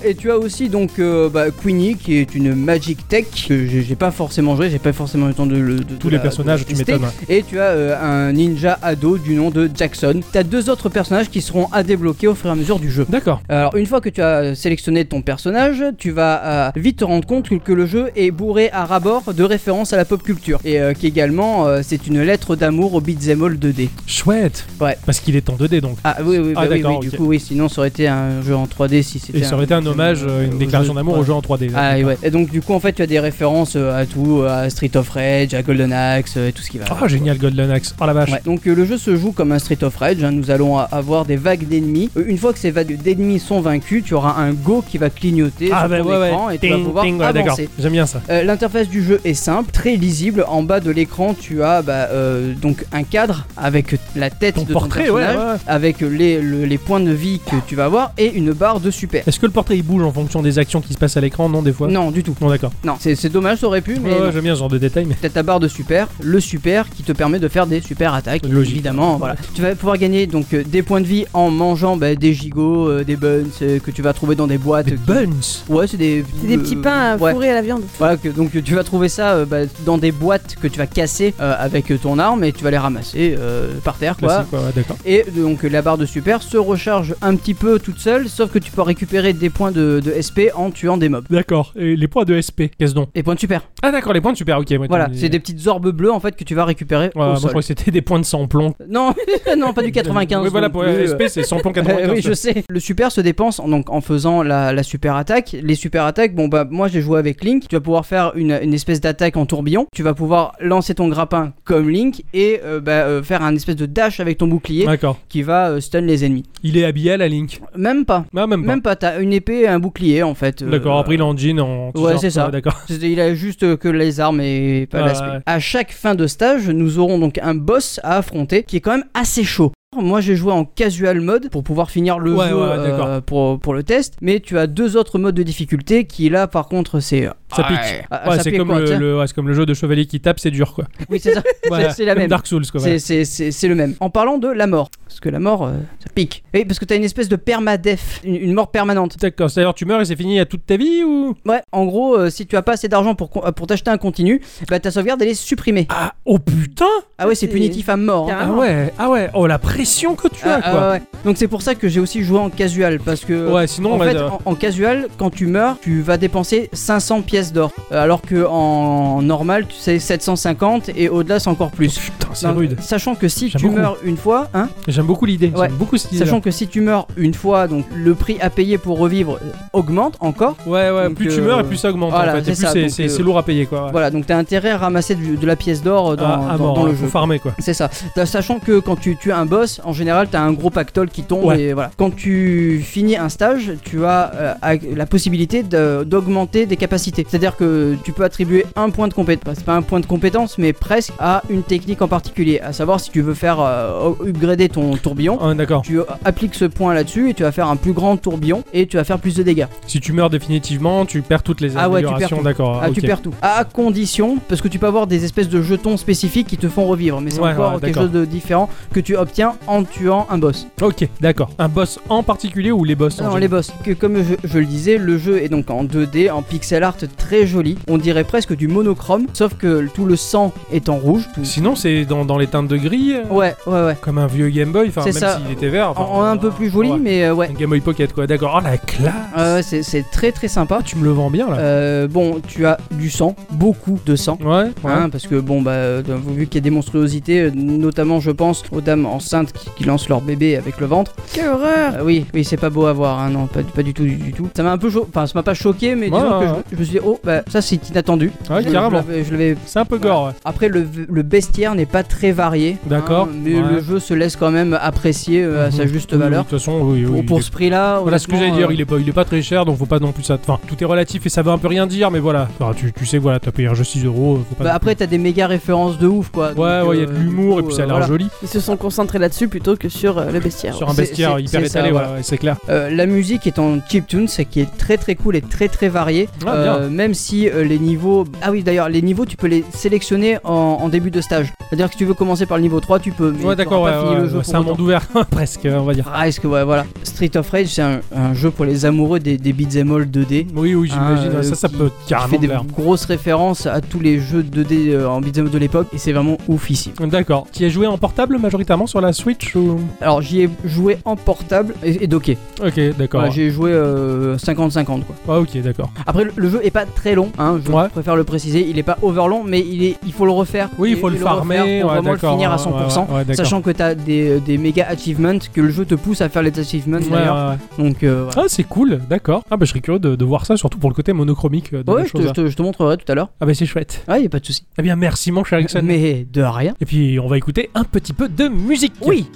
Et tu as aussi donc euh, bah, Queenie qui est une Magic Tech que j'ai j'ai pas forcément joué, j'ai pas forcément eu le temps de le. de-
Tous
de
les
la-
personnages,
de la
tu
tester.
m'étonnes. ouais.
Et tu as euh, un ninja ado du nom de Jackson. T'as deux autres personnages qui seront à débloquer au fur et à mesure du jeu.
D'accord.
Alors une fois que tu as sélectionné ton personnage, tu vas euh, vite te rendre compte que- que le jeu est bourré à rabord de références à la pop culture et euh, qu'également euh, c'est une lettre d'amour au beat'em all 2D.
Chouette.
Ouais.
Parce qu'il est en 2D donc.
Ah oui oui,
Ah,
bah oui,
d'accord,
oui,
ok.
du coup oui sinon ça aurait été un jeu en 3D si c'était
Et ça aurait été un hommage, euh, une déclaration d'amour au jeu en 3D.
Ah et ouais. Et donc du coup en fait tu as des références euh, à tout, à Street of Rage, à Golden Axe euh, et tout ce qui va.
Ah, génial, Golden Axe. Oh la vache.
Ouais. Donc euh, le jeu se joue comme un Street of Rage, hein. nous allons a- avoir des vagues d'ennemis. Euh, Une fois que ces vagues d'ennemis sont vaincus, tu auras un go qui va clignoter
Ah,
sur
bah
ton
ouais,
écran
ouais.
et tu vas
Ting,
pouvoir
ting, ouais, d'accord.
avancer.
J'aime bien ça.
Euh, L'interface du jeu est simple, très lisible. En bas de l'écran, tu as bah, euh, donc un cadre avec la tête
Ton
de
portrait,
ton
ouais,
personnage,
ouais, ouais.
avec les, le- les points de vie que tu vas avoir et une barre de super.
Est-ce que le portrait il bouge en fonction des actions qui se passent à l'écran Non, des fois
Non, du tout.
Non, d'accord.
Non, c'est c'est dommage, ça aurait pu, mais
Ouais, ouais,
non.
j'aime bien ce genre de détails, mais.
T'as ta barre de super, le super qui te permet de faire des super attaques,
Logique.
évidemment. Voilà. Tu vas pouvoir gagner donc euh, des points de vie en mangeant bah, des gigots, euh, des buns euh, que tu vas trouver dans des boîtes.
Des
qui-
buns
Ouais, c'est des,
C'est des petits
euh,
pains
ouais.
fourrés à la viande.
Voilà, que, donc tu vas trouver ça euh, bah, dans des boîtes que tu vas casser euh, avec ton arme et tu vas les ramasser euh, par terre, quoi.
Classique, ouais, ouais, d'accord.
Et donc la barre de super se recharge un petit peu toute seule, sauf que tu peux récupérer des points de, de SP en tuant des mobs.
D'accord. Et les points de SP, qu'est-ce donc
Des points de super.
Ah, d'accord, les points de super, ok. ouais, tu
Voilà,
me dis-
c'est des petites orbes bleues en fait que tu vas récupérer
Ouais,
au
moi, je
sol.
croyais que c'était des points de sans plomb.
Non, non, pas du 95.
Oui, voilà,
non
pour
plus, euh.
SP, c'est sans plomb
Euh,
95.
oui, je sais. Le super se dépense en, donc, en faisant la, la super attaque. Les super attaques, bon bah moi j'ai joué avec Link. Tu vas pouvoir faire une, une espèce d'attaque en tourbillon. Tu vas pouvoir lancer ton grappin comme Link et euh, bah, euh, faire un espèce de dash avec ton bouclier
D'accord.
qui va euh, stun les ennemis.
Il est habillé à la Link.
Même pas.
Ah, même pas.
Même pas. T'as une épée et un bouclier en fait. Euh,
D'accord, après il est en jean, en
ouais,
t-shirt,
c'est ça.
D'accord.
C'est- Il a juste euh, que les armes et pas
Ouais,
l'aspect.
ouais.
À chaque fin de stage, nous aurons donc un boss à affronter qui est quand même assez chaud. Moi j'ai joué en casual mode pour pouvoir finir le
Ouais,
jeu
ouais, ouais,
euh,
d'accord.
pour, pour le test, mais tu as deux autres modes de difficulté qui là par contre c'est...
Ça pique.
Ah,
Ouais,
ça
c'est
pique,
comme,
quoi,
le,
tiens.
le- ouais, c'est comme le jeu de chevalier qui tape, c'est dur quoi.
Oui c'est ça,
Voilà,
c'est la
comme
même.
Dark Souls quoi. voilà.
C'est- c'est- c'est c'est le même. En parlant de la mort, parce que la mort euh, ça pique. Et parce que t'as une espèce de permadeath, une, une mort permanente.
D'accord, c'est-à-dire tu meurs et c'est fini à toute ta vie ou
Ouais, en gros euh, si tu as pas assez d'argent pour, con- euh, pour t'acheter un continu, bah ta sauvegarde elle est supprimée.
Ah, oh putain
Ah ouais c'est
C'est-
punitif à mort. hein.
Carrément.
Ah ouais, ah ouais, oh la missions que tu as,
Ah,
quoi.
ah, ouais. Donc c'est pour ça que j'ai aussi joué en casual parce que
Ouais, sinon,
en,
bah,
fait,
euh,
en, en casual, quand tu meurs, tu vas dépenser 500 pièces d'or, Euh, alors que en normal, tu sais 750 et au-delà c'est encore plus.
putain, c'est
Non,
rude.
Sachant que si
J'aime
tu
beaucoup.
meurs une fois, hein,
J'aime beaucoup l'idée.
Ouais.
J'aime beaucoup cette idée.
sachant que si tu meurs une fois, donc le prix à payer pour revivre euh, augmente encore.
Ouais, ouais,
Donc,
plus tu
euh,
meurs et plus ça augmente
voilà,
en fait. Et
c'est
plus
ça,
c'est-
donc,
c'est
euh,
c'est lourd à payer quoi. ouais.
Voilà, donc t'as intérêt à ramasser du- de la pièce d'or euh, dans,
à, à
dans-
mort,
dans le
hein,
jeu.
faut farmer quoi.
C'est ça. T'as- Sachant que quand tu tues un boss, en général, t'as un gros pactole qui tombe
Ouais.
et voilà. Quand tu finis un stage, tu as euh, ag- la possibilité de- d'augmenter des capacités. C'est-à-dire que tu peux attribuer un point de compétence, c'est pas un point de compétence, mais presque à une technique en particulier. À savoir si tu veux faire euh, upgrader ton tourbillon.
Ah, D'accord.
Tu euh, appliques ce point là-dessus et tu vas faire un plus grand tourbillon et tu vas faire plus de dégâts.
Si tu meurs définitivement, tu perds toutes les
Ah ouais, tu perds
améliorations.
tout.
D'accord.
Ah, tu
ok.
perds tout. À condition, parce que tu peux avoir des espèces de jetons spécifiques qui te font revivre, mais c'est
Ouais,
encore
ouais,
quelque
d'accord.
chose de différent que tu obtiens en tuant un boss.
Ok, d'accord. Un boss en particulier ou les boss en
Non,
général
les boss. Que, comme je, je le disais, le jeu est donc en 2D, en pixel art très joli. On dirait presque du monochrome, sauf que tout le sang est en rouge. tout-
Sinon, c'est dans, dans les teintes de gris, euh,
Ouais, ouais, ouais.
comme un vieux Game Boy, enfin,
C'est
même
ça.
s'il était vert. enfin,
En, en un peu plus joli,
ouais.
mais euh, ouais.
Un Game Boy Pocket quoi, d'accord. Oh la classe
Euh, ouais, c'est- c'est très très sympa.
Ah, Tu me le vends bien là
Euh, bon, tu as du sang, beaucoup de sang.
Ouais, ouais.
Hein, parce que bon bah euh, vu qu'il y a des monstruosités, euh, notamment je pense aux dames enceintes qui, qui lancent leur bébé avec le ventre.
Quelle horreur
Euh, oui, oui c'est pas beau à voir, hein, non pas, pas du tout du, du tout. Ça m'a un peu cho- enfin ça m'a pas choqué, mais disons
Ouais,
que
ouais.
Je, je me suis dit oh bah ça c'est inattendu.
Ah Ouais,
Je- je
carrément.
l'avais- je l'avais-
C'est un peu gore, ouais.
Après le, le bestiaire n'est pas très varié. hein,
D'accord,
mais
ouais.
le jeu se laisse quand même apprécier euh, à sa
Mhm.
juste
Oui,
valeur.
De toute façon, oui, oui.
Pour,
il
pour
est-
ce prix-là,
Voilà ce que j'allais
honnêtement,
dire,
euh,
il est, pas, il est pas très cher donc faut pas non plus ça. Enfin, tout est relatif et ça veut un peu rien dire, mais voilà. Enfin, tu, tu sais, voilà, t'as payé un jeu 6 euros, faut pas.
bah,
non
après t'as des méga références de ouf quoi.
plus-
Donc,
ouais, ouais, il y a
euh,
de
du
l'humour et
coup,
puis ça a
euh,
l'air
voilà.
joli
Ils se sont concentrés là-dessus plutôt que sur euh, le bestiaire.
sur un
c'est-
bestiaire
c'est-
hyper
c'est ça,
étalé,
voilà.
voilà, ouais, c'est clair.
Euh, la musique est en chiptunes, ce qui est très très cool et très très varié.
Ah,
Euh, même si euh, les niveaux. Ah oui, d'ailleurs, les niveaux, tu peux les sélectionner en, en début de stage. C'est-à-dire que si tu veux commencer par le niveau 3, tu peux. mais
Ouais,
t'auras
d'accord,
pas
ouais,
fini
ouais,
le jeu
ouais,
pour
c'est un
autant.
monde ouvert, presque, hein, on va dire.
Presque, ouais, voilà. Street of Rage, c'est un, un jeu pour les amoureux des, des beat'em all 2D.
Oui, oui, j'imagine,
Hein, euh,
ça, ça
qui-
peut
qui
carrément
fait des
plaire.
grosses références à tous les jeux 2D euh, en beat'em up de l'époque et c'est vraiment ouf ici.
D'accord. Tu y as joué en portable majoritairement sur la Switch ou...
Alors j'y ai joué en portable et, et docké.
Ok, d'accord.
Ouais, j'ai joué euh, 50-50 quoi.
Ah, ok, d'accord.
Après, le- le jeu est pas très long, hein, je
Ouais.
préfère le préciser. Il est pas overlong, mais il, est, il faut le refaire.
Oui, il
Et-
faut
et
le
refaire
farmer,
pour
ouais,
vraiment le
d'accord.
finir à
ouais,
100%.
ouais, ouais, d'accord.
Sachant que t'as des, des méga achievements, que le jeu te pousse à faire les achievements
Ouais,
d'ailleurs.
ouais, ouais.
Donc euh, voilà.
Ah, c'est cool, d'accord. Ah, bah, je serais curieux de, de voir ça, surtout pour le côté monochromique euh, de
Ouais,
la
je te,
chose.
je te- je te montrerai tout à l'heure.
Ah, bah, c'est chouette.
Ah, y a pas de souci.
Eh bien, merci, mon cher Ericsson.
Mais de rien.
Et puis, on va écouter un petit peu de musique.
Oui.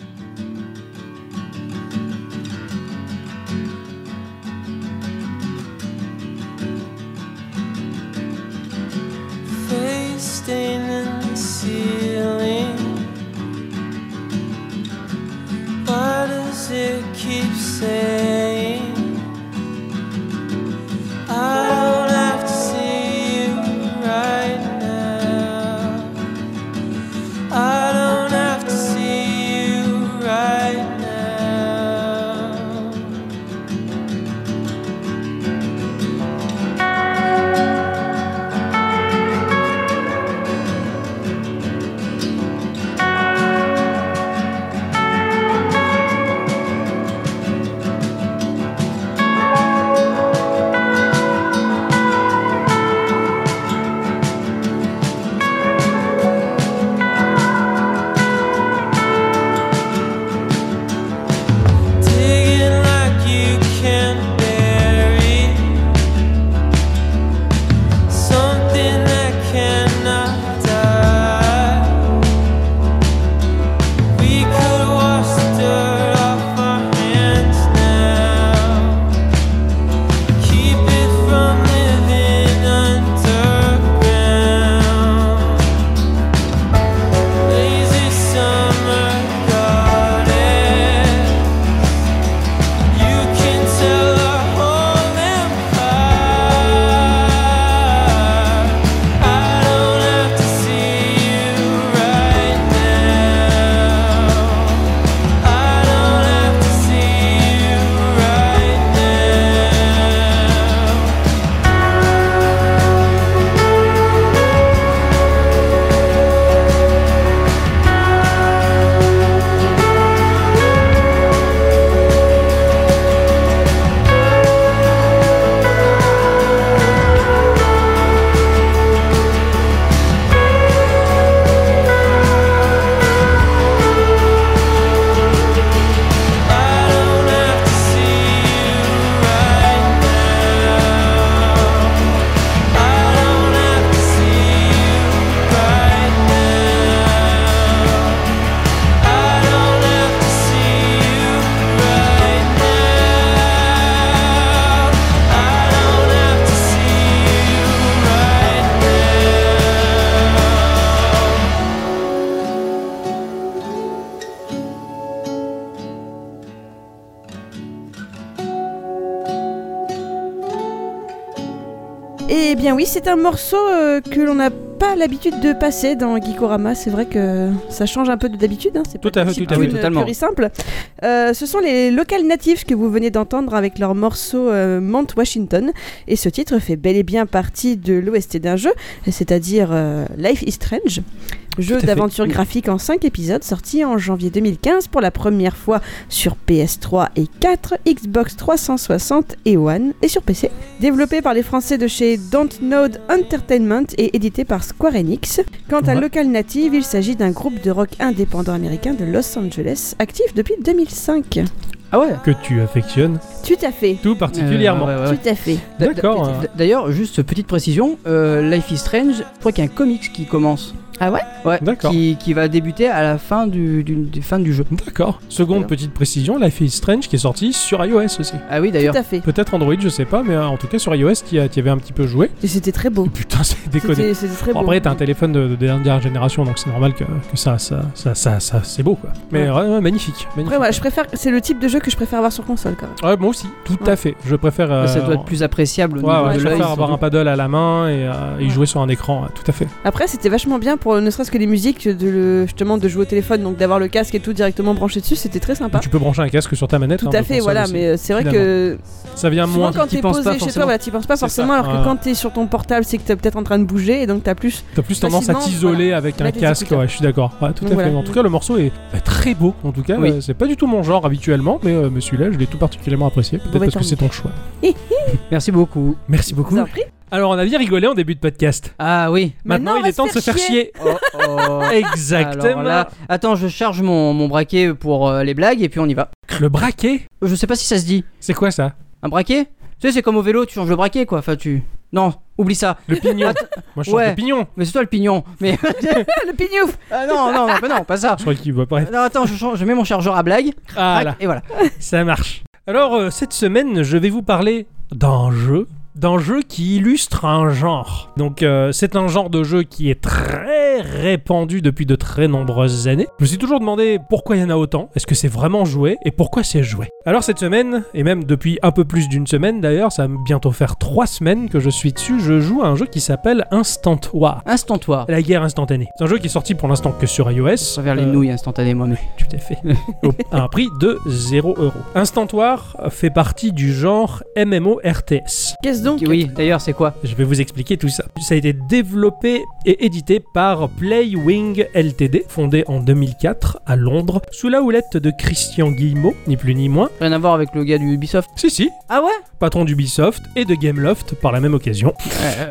face staining the ceiling. Why does it keep saying I don't have to see you right now? I don't have to see you
Eh bien oui, c'est un morceau euh, que l'on n'a pas l'habitude de passer dans Geekorama. C'est vrai que ça change un peu de d'habitude. hein, C'est pas
Tout à fait,
une
tout à fait,
tune
totalement.
pure et simple. Euh, ce sont les locales natifs que vous venez d'entendre avec leur morceau euh, Mount Washington. Et ce titre fait bel et bien partie de l'OST d'un jeu, c'est-à-dire euh, Life is Strange. Jeu
à fait.
d'aventure graphique en 5 épisodes sorti en janvier 2015 pour la première fois sur PS3 et 4, Xbox 360 et One et sur PC. Développé par les Français de chez Dontnod Entertainment et édité par Square Enix. Quant à
Ouais.
Local Native, il s'agit d'un groupe de rock indépendant américain de Los Angeles, actif depuis 2005.
Ah ouais
Que tu affectionnes
Tout à fait.
tout particulièrement.
Euh, ouais, ouais, ouais.
Tout à fait.
D'a- d'a-
D'accord. hein.
d'a- D'ailleurs, juste petite précision, euh, Life is Strange, je crois qu'il y a un comics qui commence.
Ah ouais
Ouais,
D'accord.
qui, qui va débuter à la fin du, du- du- fin du jeu.
D'accord. Seconde
Voilà.
petite précision, Life is Strange qui est sorti sur iOS aussi.
Ah oui,
Tout
d'ailleurs.
à fait.
Peut-être Android, je sais pas, mais euh, en tout cas sur iOS, tu y, as- t'y avais un petit peu joué. Oh,
Et c'était très beau.
Putain, c'est déconné.
C'était c'était très
Bon,
beau.
après, t'as un téléphone de, de dernière génération, donc c'est normal que, que ça, ça, ça, ça, ça- c'est beau quoi. Mais ouais, ouais, magnifique. magnifique.
Après, voilà, je préfère. C'est le type de jeu que je préfère avoir sur console quand même.
Ouais, moi aussi, tout à fait. Je préfère. euh,
Ça doit être plus appréciable au
ouais, ouais,
niveau de
je
l'œil,
préfère avoir un
surtout.
paddle à la main et, euh, et
Ouais.
jouer sur un écran, euh, tout à fait.
Après, c'était vachement bien pour ne serait-ce que les musiques, de le- justement de jouer au téléphone, donc d'avoir le casque et tout directement branché dessus, c'était très sympa.
Tu peux brancher un casque sur ta manette.
Bah, Tout
hein,
à
de
fait,
console
voilà,
aussi.
mais euh, c'est vrai
finalement.
que
Ça vient
souvent
moins.
quand
t'y
t'es
penses
posé
pas
chez toi,
forcément.
voilà, t'y penses pas
C'est ça,
forcément, alors que
ouais.
quand t'es sur ton portable, c'est que t'es peut-être en train de bouger et donc t'as plus.
T'as plus tendance à
facilement,
t'isoler avec
Là,
un
t'es
casque,
écouteurs.
ouais, je suis d'accord. Ouais, tout à
Donc
fait.
voilà.
En tout cas, le morceau est bah, très beau. En tout cas,
Oui.
euh, c'est pas du tout mon genre habituellement, mais, euh, mais celui-là, je l'ai tout particulièrement apprécié. Peut-être
Bon, bah,
parce que
tant
c'est ton choix.
Merci beaucoup.
Merci
Vous
beaucoup.
en prie.
Alors, on a bien rigolé en début de podcast.
Ah oui.
Maintenant,
Maintenant, on
il
va
est temps de se faire chier.
Oh, oh.
Exactement.
Alors là, attends, je charge mon, mon braquet pour euh, les blagues et puis on y va.
Le braquet,
Je sais pas si ça se dit.
c'est quoi ça
Un braquet Tu sais, c'est comme au vélo, tu changes le braquet quoi. Enfin, tu. Non, oublie ça.
Le pignon. Moi, je change
Ouais.
de pignon.
Mais c'est toi le pignon. Mais.
le pignouf
ah non, non, non, bah non, pas ça.
Je crois qu'il va pas être.
Non, attends, je, change- je mets mon chargeur à blague.
Ah là,
Tac, Et voilà.
ça marche. Alors, euh, cette semaine, je vais vous parler d'un jeu. D'un jeu qui illustre un genre. Donc, euh, c'est un genre de jeu qui est très répandu depuis de très nombreuses années. Je me suis toujours demandé pourquoi il y en a autant, est-ce que c'est vraiment joué et pourquoi c'est joué. Alors, cette semaine, et même depuis un peu plus d'une semaine d'ailleurs, ça va bientôt faire trois semaines que je suis dessus, je joue à un jeu qui s'appelle Instant War.
Instantoire.
La guerre instantanée. C'est un jeu qui est sorti pour l'instant que sur iOS.
Je préfère les
Euh,
nouilles instantanément, mais.
tout à fait. Au- à un prix de 0 euros. Instantoire fait partie du genre MMORTS.
Qu'est-ce donc
Oui, d'ailleurs, c'est quoi
Je vais vous expliquer tout ça. Ça a été développé et édité par Playwing LTD, fondé en 2004 à Londres, sous la houlette de Christian Guillemot, ni plus ni moins.
Rien à voir avec le gars du Ubisoft.
Si, si,
Ah ouais
patron d'Ubisoft et de Gameloft par la même occasion.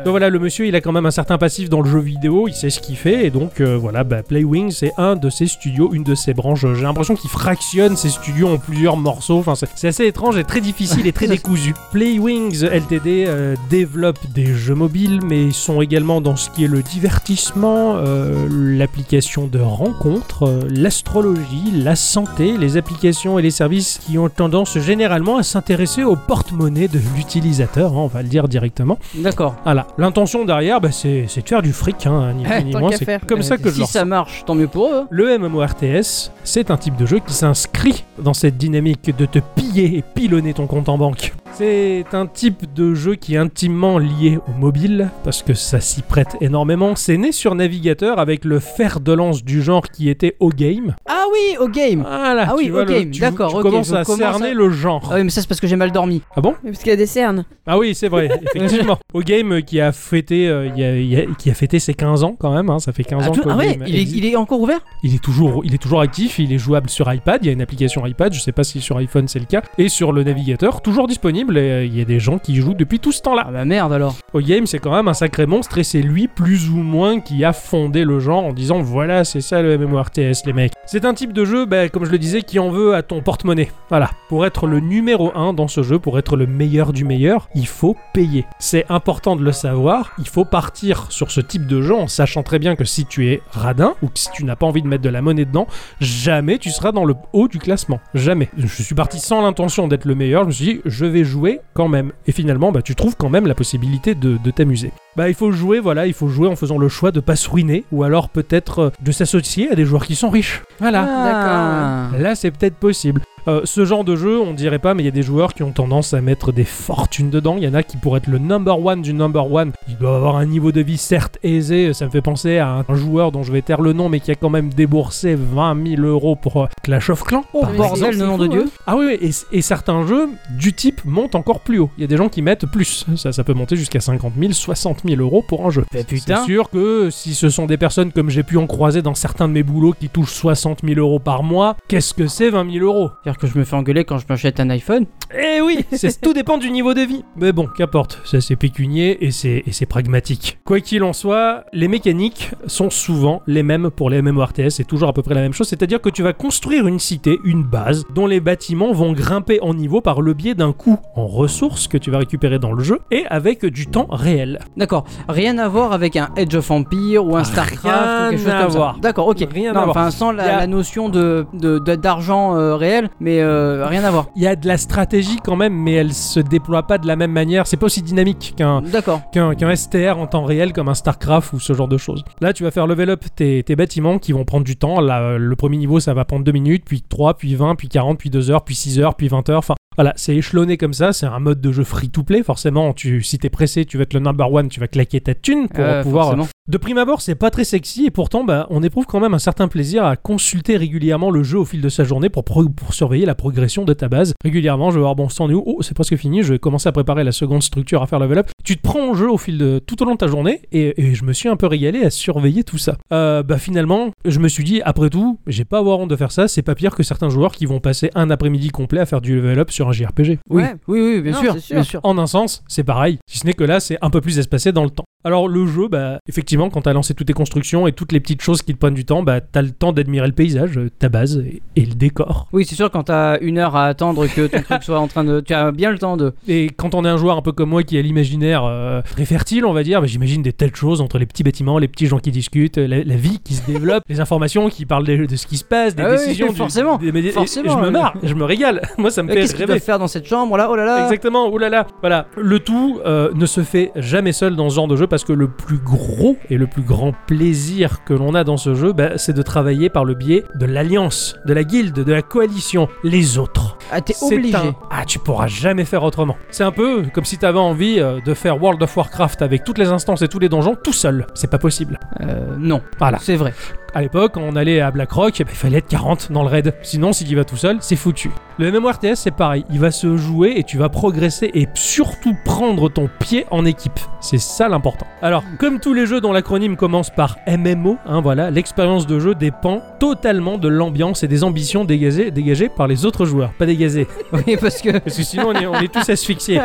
Donc voilà, le monsieur, il a quand même un certain passif dans le jeu vidéo, il sait ce qu'il fait, et donc euh, voilà, bah, Playwing, c'est un de ses studios, une de ses branches. J'ai l'impression qu'il fractionne ses studios en plusieurs morceaux, enfin, c'est c'est assez étrange et très difficile et très décousu. Playwings LTD euh, développe des jeux mobiles, mais ils sont également dans ce qui est le divertissement, euh, l'application de rencontres, euh, l'astrologie, la santé, les applications et les services qui ont tendance généralement à s'intéresser au porte-monnaie de l'utilisateur, hein, on va le dire directement.
D'accord.
Voilà, l'intention derrière, bah, c'est c'est de faire du fric, hein, ni
Eh,
plus ni
tant
moins.
qu'à
C'est
faire.
comme ça que je
Si
le
ça marche, tant mieux pour eux. hein.
le MMORTS, c'est un type de jeu qui s'inscrit dans cette dynamique de te piller et pilonner ton compte en banque. C'est un type de jeu qui est intimement lié au mobile, parce que ça s'y prête énormément. C'est né sur navigateur avec le fer de lance du genre qui était au game.
Ah oui, au game.
Voilà,
Ah oui,
tu vois
au
le-
game,
tu-
d'accord,
Tu
ok,
commences
je
à
commence
cerner
à-
le genre.
Ah oui, mais ça c'est parce que j'ai mal dormi.
Ah bon
Parce qu'il y a des cernes.
Ah oui, c'est vrai, effectivement. Au game euh, qui a fêté, euh, il y a- il y a- qui a fêté ses 15 ans quand même, hein, ça fait 15
Ah,
ans
tout-
qu'au
ah ouais,
game
il est,
existe.
il est encore ouvert
Il est toujours, il est toujours actif, il est jouable sur iPad, il y a une application iPad, je sais pas si sur iPhone c'est le cas, et sur le navigateur, toujours disponible, et euh, il y a des gens qui y jouent depuis tout ce temps-là.
Ah bah merde alors.
Au game, c'est quand même un sacré monstre, et c'est lui plus ou moins qui a fondé le genre en disant voilà, c'est ça le MMORTS, les mecs. C'est un type de jeu, bah, comme je le disais, qui en veut à ton porte-monnaie. Voilà, pour être le numéro 1 dans ce jeu, pour être le meilleur du meilleur, il faut payer. C'est important de le savoir, il faut partir sur ce type de jeu en sachant très bien que si tu es radin, ou que si tu n'as pas envie de mettre de la monnaie dedans, jamais tu seras dans le haut du classement. Jamais. Je suis parti sans l'intention d'être le meilleur. Je me suis dit, je vais jouer quand même. Et finalement, bah, tu trouves quand même la possibilité de, de t'amuser. Bah, il faut jouer, voilà, il faut jouer en faisant le choix de pas se ruiner ou alors peut-être euh, de s'associer à des joueurs qui sont riches. Voilà.
Ah.
Là, c'est peut-être possible. Euh, ce genre de jeu, on dirait pas, mais il y a des joueurs qui ont tendance à mettre des fortunes dedans. Il y en a qui pourraient être le number one du number one. Ils doivent avoir un niveau de vie certes aisé. Ça me fait penser à un joueur dont je vais taire le nom, mais qui a quand même déboursé 20 000 euros pour euh, Clash of Clans.
Oh
par
mais
exemple.
c'est-
bordel, le nom
fou, hein.
de Dieu.
Ah oui, oui, et, et certains jeux du type montent encore plus haut. Il y a des gens qui mettent plus. Ça, ça peut monter jusqu'à 50 000, 60 000 euros pour un jeu.
Bah, putain.
C'est sûr que si ce sont des personnes comme j'ai pu en croiser dans certains de mes boulots qui touchent 60 000 euros par mois, qu'est-ce que c'est 20 000 euros
C'est-à-dire que je me fais engueuler quand je m'achète un iPhone.
Eh oui, c'est- tout dépend du niveau de vie. Mais bon, qu'importe, ça c'est pécunier et c'est et c'est pragmatique. Quoi qu'il en soit, les mécaniques sont souvent les mêmes pour les MMORTS, c'est toujours à peu près la même chose, c'est-à-dire que tu vas construire une cité, une base, dont les bâtiments vont grimper en niveau par le biais d'un coût en ressources que tu vas récupérer dans le jeu et avec du temps réel.
D'accord, rien à voir avec un Edge of Empire ou un StarCraft ou quelque chose
Ah, à
comme ça.
voir.
D'accord, ok.
Rien
Non,
à voir.
Enfin, sans la,
Y a-
la notion de de- de- d'argent euh, réel, mais euh, rien à voir.
Il y a de la stratégie quand même, mais elle se déploie pas de la même manière, c'est pas aussi dynamique qu'un
D'accord.
qu'un qu'un STR en temps réel comme un StarCraft ou ce genre de choses. Là, tu vas faire level up tes, tes bâtiments qui vont prendre du temps. Là, euh, le premier niveau, ça va prendre 2 minutes, puis 3, puis 20, puis 40, puis 2 heures, puis 6 heures, puis 20 heures. Enfin, voilà, c'est échelonné comme ça. C'est un mode de jeu free-to-play. Forcément, tu, si t'es pressé, tu vas être le number one, tu vas claquer ta thune pour
Euh,
pouvoir...
forcément.
De prime abord, c'est pas très sexy et pourtant, bah, on éprouve quand même un certain plaisir à consulter régulièrement le jeu au fil de sa journée pour, pro- pour surveiller la progression de ta base. Régulièrement, je vais voir, bon, c'en est où Oh, c'est presque fini, je vais commencer à préparer la seconde structure à faire level up. Tu te prends au jeu au fil de tout au long de ta journée et, et je me suis un peu régalé à surveiller tout ça. Euh, bah, finalement, je me suis dit, après tout, j'ai pas à avoir honte de faire ça, c'est pas pire que certains joueurs qui vont passer un après-midi complet à faire du level up sur un JRPG.
Oui,
Ouais.
oui, oui, bien
Non,
sûr,
c'est sûr.
bien sûr.
En un sens, c'est pareil, si ce n'est que là, c'est un peu plus espacé dans le temps. Alors le jeu, bah, effectivement, quand t'as lancé toutes tes constructions et toutes les petites choses qui te prennent du temps, bah, t'as le temps d'admirer le paysage, euh, ta base et, et le décor.
Oui, c'est sûr, quand t'as une heure à attendre que ton truc soit en train de. Tu as bien le temps de.
Et quand on est un joueur un peu comme moi qui a l'imaginaire euh, très fertile, on va dire, bah, j'imagine des telles choses entre les petits bâtiments, les petits gens qui discutent, euh, la, la vie qui se développe, les informations qui parlent de, de ce qui se passe, des
Ah oui,
décisions. du-
forcément,
des- des- et- et
forcément,
je me
oui.
marre, je me régale. Moi, ça me
Euh,
fait
Qu'est-ce qu'ils
rêver.
doivent faire dans cette chambre là Oh là là
Exactement, oh là là. Voilà, le tout euh, ne se fait jamais seul dans ce genre de jeu parce que le plus gros et le plus grand plaisir que l'on a dans ce jeu, bah, c'est de travailler par le biais de l'alliance, de la guilde, de la coalition, les autres.
Ah, t'es
C'est
obligé.
un- Ah, tu pourras jamais faire autrement. C'est un peu comme si t'avais envie euh, de faire World of Warcraft avec toutes les instances et tous les donjons tout seul. C'est pas possible.
Euh, non,
Voilà.
c'est vrai.
À l'époque, quand on allait à BlackRock, eh ben, il fallait être 40 dans le raid. Sinon, si tu vas tout seul, c'est foutu. Le MMORTS, c'est pareil. Il va se jouer et tu vas progresser et surtout prendre ton pied en équipe. C'est ça l'important. Alors, comme tous les jeux dont l'acronyme commence par MMO, hein, voilà, l'expérience de jeu dépend totalement de l'ambiance et des ambitions dégagées, dégagées par les autres joueurs. Pas dégazées,
Oui, parce que.
parce que sinon on est, on est tous asphyxiés.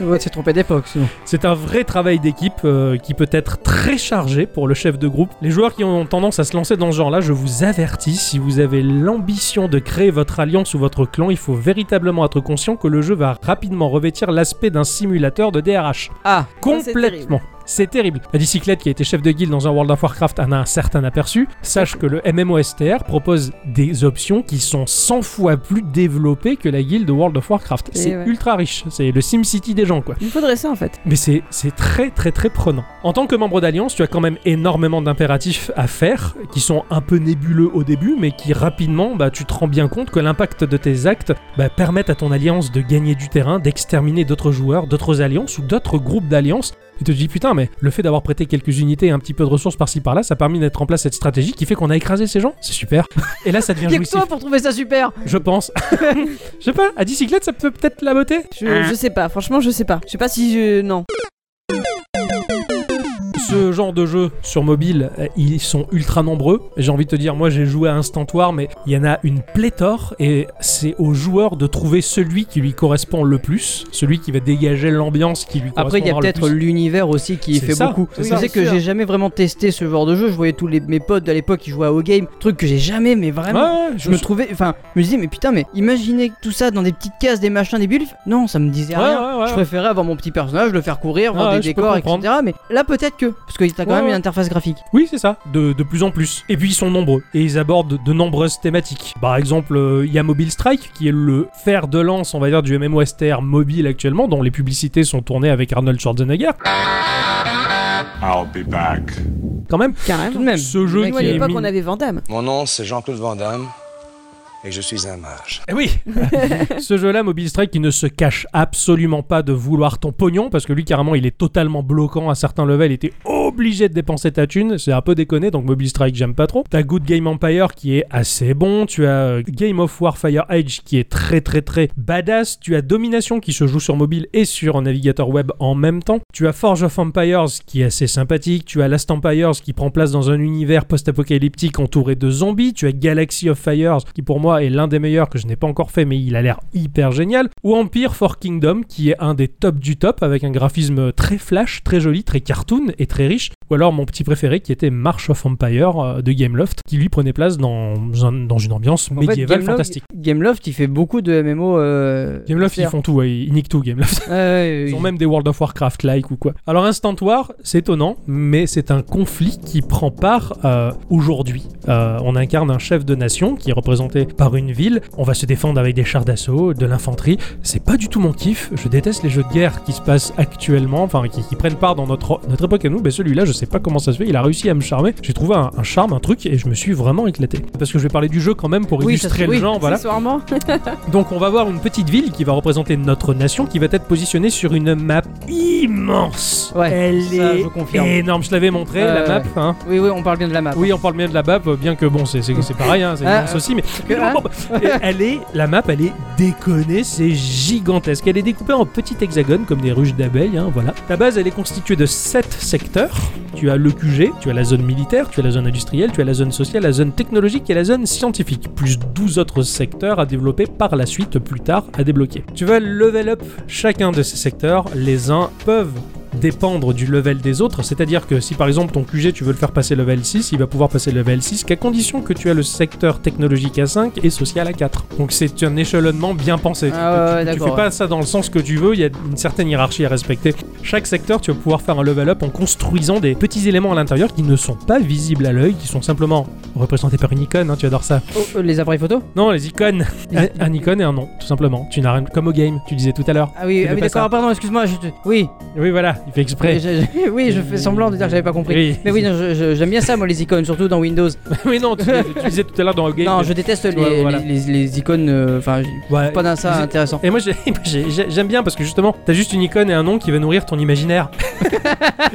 Ouais, c'est trompé d'époque, sinon.
C'est un vrai travail d'équipe euh, qui peut être très chargé pour le chef de groupe. Les joueurs qui ont tendance à se lancer dans ce genre-là, je vous avertis, si vous avez l'ambition de créer votre alliance ou votre clan, il faut véritablement être conscient que le jeu va rapidement revêtir l'aspect d'un simulateur de DRH.
Ah,
c'est terrible.
Complètement. C'est terrible. La bicyclette qui a été chef de guilde dans un World of Warcraft en a un certain aperçu. Sache que le MMOSTR propose des options qui sont 100 fois plus développées que la guilde de World of Warcraft.
Et
C'est
Eh ouais.
ultra riche. C'est le SimCity des gens, quoi.
Il me faudrait ça en fait.
Mais c'est c'est très très très prenant. En tant que membre d'Alliance, tu as quand même énormément d'impératifs à faire, qui sont un peu nébuleux au début, mais qui rapidement, bah, tu te rends bien compte que l'impact de tes actes bah, permettent à ton Alliance de gagner du terrain, d'exterminer d'autres joueurs, d'autres Alliances ou d'autres groupes d'Alliances. Tu te dis putain mais le fait d'avoir prêté quelques unités et un petit peu de ressources par-ci par-là, ça a permis d'être en place cette stratégie qui fait qu'on a écrasé ces gens. C'est super. Et là ça devient
y'a que
jouissif,
toi pour trouver ça super
je pense. je sais pas, à bicyclette ça peut peut-être la beauté.
Je, je sais pas, franchement, je sais pas. Je sais pas si je. Non.
Ce genre de jeu sur mobile, euh, ils sont ultra nombreux. J'ai envie de te dire, moi j'ai joué à Instantoire, mais il y en a une pléthore et c'est au joueur de trouver celui qui lui correspond le plus, celui qui va dégager l'ambiance qui lui correspond.
Après, il y a peut-être l'univers aussi qui
C'est
fait
ça,
beaucoup.
c'est
Je
ça.
sais que j'ai jamais vraiment testé ce genre de jeu. Je voyais tous les, mes potes de l'époque qui jouaient à O-Game, truc que j'ai jamais, mais vraiment.
je
Je
me
me
trouve.
trouvais, enfin, je me disais, mais putain, mais imaginez tout ça dans des petites cases, des machins, des bulles. Non, ça me disait
Ouais,
rien.
ouais, ouais.
Je préférais avoir mon petit personnage, le faire courir, voir
Ouais,
des
je peux
décors,
comprendre.
etc. Mais là, peut-être que, parce que t'as quand
Ouais,
même
ouais.
une interface graphique.
Oui, c'est ça, de, de plus en plus. Et puis ils sont nombreux et ils abordent de nombreuses thématiques. Par exemple, euh, il y a Mobile Strike qui est le fer de lance, on va dire, du MMOSTR mobile actuellement, dont les publicités sont tournées avec Arnold Schwarzenegger
I'll be back.
quand même.
Tout
Carrément.
de même.
Ce jeu
Le mec,
Nous, à
qui est Ah.
il-
mis-
l'époque, on avait Vandame.
Mon nom, c'est Jean-Claude Van Damme. et je suis un mage.
Eh oui Ce jeu-là, Mobile Strike, qui ne se cache absolument pas de vouloir ton pognon, parce que lui, carrément, il est totalement bloquant à certains levels, il était obligé de dépenser ta thune, c'est un peu déconné, donc Mobile Strike, j'aime pas trop. T'as Good Game Empire qui est assez bon, tu as euh, Game of Warfire Age qui est très très très badass, tu as Domination qui se joue sur mobile et sur un navigateur web en même temps, tu as Forge of Empires qui est assez sympathique, tu as Last Empires qui prend place dans un univers post-apocalyptique entouré de zombies, tu as Galaxy of Fires qui pour moi est l'un des meilleurs que je n'ai pas encore fait mais il a l'air hyper génial, ou Empire for Kingdom qui est un des tops du top avec un graphisme très flash, très joli, très cartoon et très riche, ou alors mon petit préféré qui était March of Empire euh, de Gameloft qui lui prenait place dans, un- dans une ambiance
En fait,
médiévale
Gameloft-
fantastique.
Gameloft, il fait beaucoup de MMO. Euh...
Gameloft ils font tout, ouais, ils niquent tout Gameloft.
Ouais, ouais,
Ils ont
ouais.
même des World of Warcraft like ou quoi. Alors Instant War, c'est étonnant, mais c'est un conflit qui prend part euh, aujourd'hui. Euh, on incarne un chef de nation qui est représenté par une ville. On va se défendre avec des chars d'assaut, de l'infanterie. C'est pas du tout mon kiff. Je déteste les jeux de guerre qui se passent actuellement, enfin qui, qui prennent part dans notre, notre époque à nous. Mais celui-là, je sais pas comment ça se fait. Il a réussi à me charmer. J'ai trouvé un, un charme, un truc, et je me suis vraiment éclaté. Parce que je vais parler du jeu quand même pour
Oui, ça se-
illustrer le
oui,
genre. Voilà.
Accessoirement.
Donc on va voir une petite ville qui va représenter notre nation, qui va être positionnée sur une map immense.
Ouais,
Elle
ça,
est
je confirme.
énorme. Je l'avais montré
Euh,
la map. hein.
Oui, oui, on parle bien de la map. hein.
Oui, on parle bien de la map, bien que bon, c'est c'est- c'est pareil, hein, c'est
Ah,
immense aussi, mais
que-
mais bon, bon, elle est, la map, elle est déconnée, c'est gigantesque. Elle est découpée en petits hexagones comme des ruches d'abeilles, hein, voilà. La base, elle est constituée de 7 secteurs. Tu as le QG, tu as la zone militaire, tu as la zone industrielle, tu as la zone sociale, la zone technologique et la zone scientifique, plus 12 autres secteurs à développer par la suite, plus tard, à débloquer. Tu vas level up chacun de ces secteurs. Les uns peuvent dépendre du level des autres, c'est-à-dire que si par exemple ton QG tu veux le faire passer level 6, il va pouvoir passer level 6 qu'à condition que tu aies le secteur technologique à 5 et social à 4. Donc c'est un échelonnement bien pensé.
Ah ouais, ouais,
Tu- tu- tu
d'accord,
fais pas ça dans le sens que tu veux, il y a une certaine hiérarchie à respecter. Chaque secteur, tu vas pouvoir faire un level up en construisant des petits éléments à l'intérieur qui ne sont pas visibles à l'œil, qui sont simplement représentés par une icône, hein, tu adores ça.
Oh, euh, les appareils photo
Non, les icônes. un, un icône et un nom, tout simplement. Tu n'as rien comme au game, tu disais tout à l'heure.
Ah oui,
Tu
ah oui,
fais pas
d'accord, ah, pardon, excuse-moi. je te- Oui,
Oui, voilà, il fait exprès.
je- je- oui, je fais semblant de dire que j'avais pas compris.
Oui.
Mais oui, non, je- je- j'aime bien ça, moi, les icônes, surtout dans Windows.
Oui, non, tu, tu disais tout à l'heure dans le game.
Non, je déteste les,
Ouais, voilà.
les, les- les icônes. euh, Enfin, j-
Ouais.
pas d'un ça
Ils-
intéressant.
Et moi, j'ai- j'ai- j'ai- j'aime bien parce que justement, t'as juste une icône et un nom qui va nourrir ton imaginaire.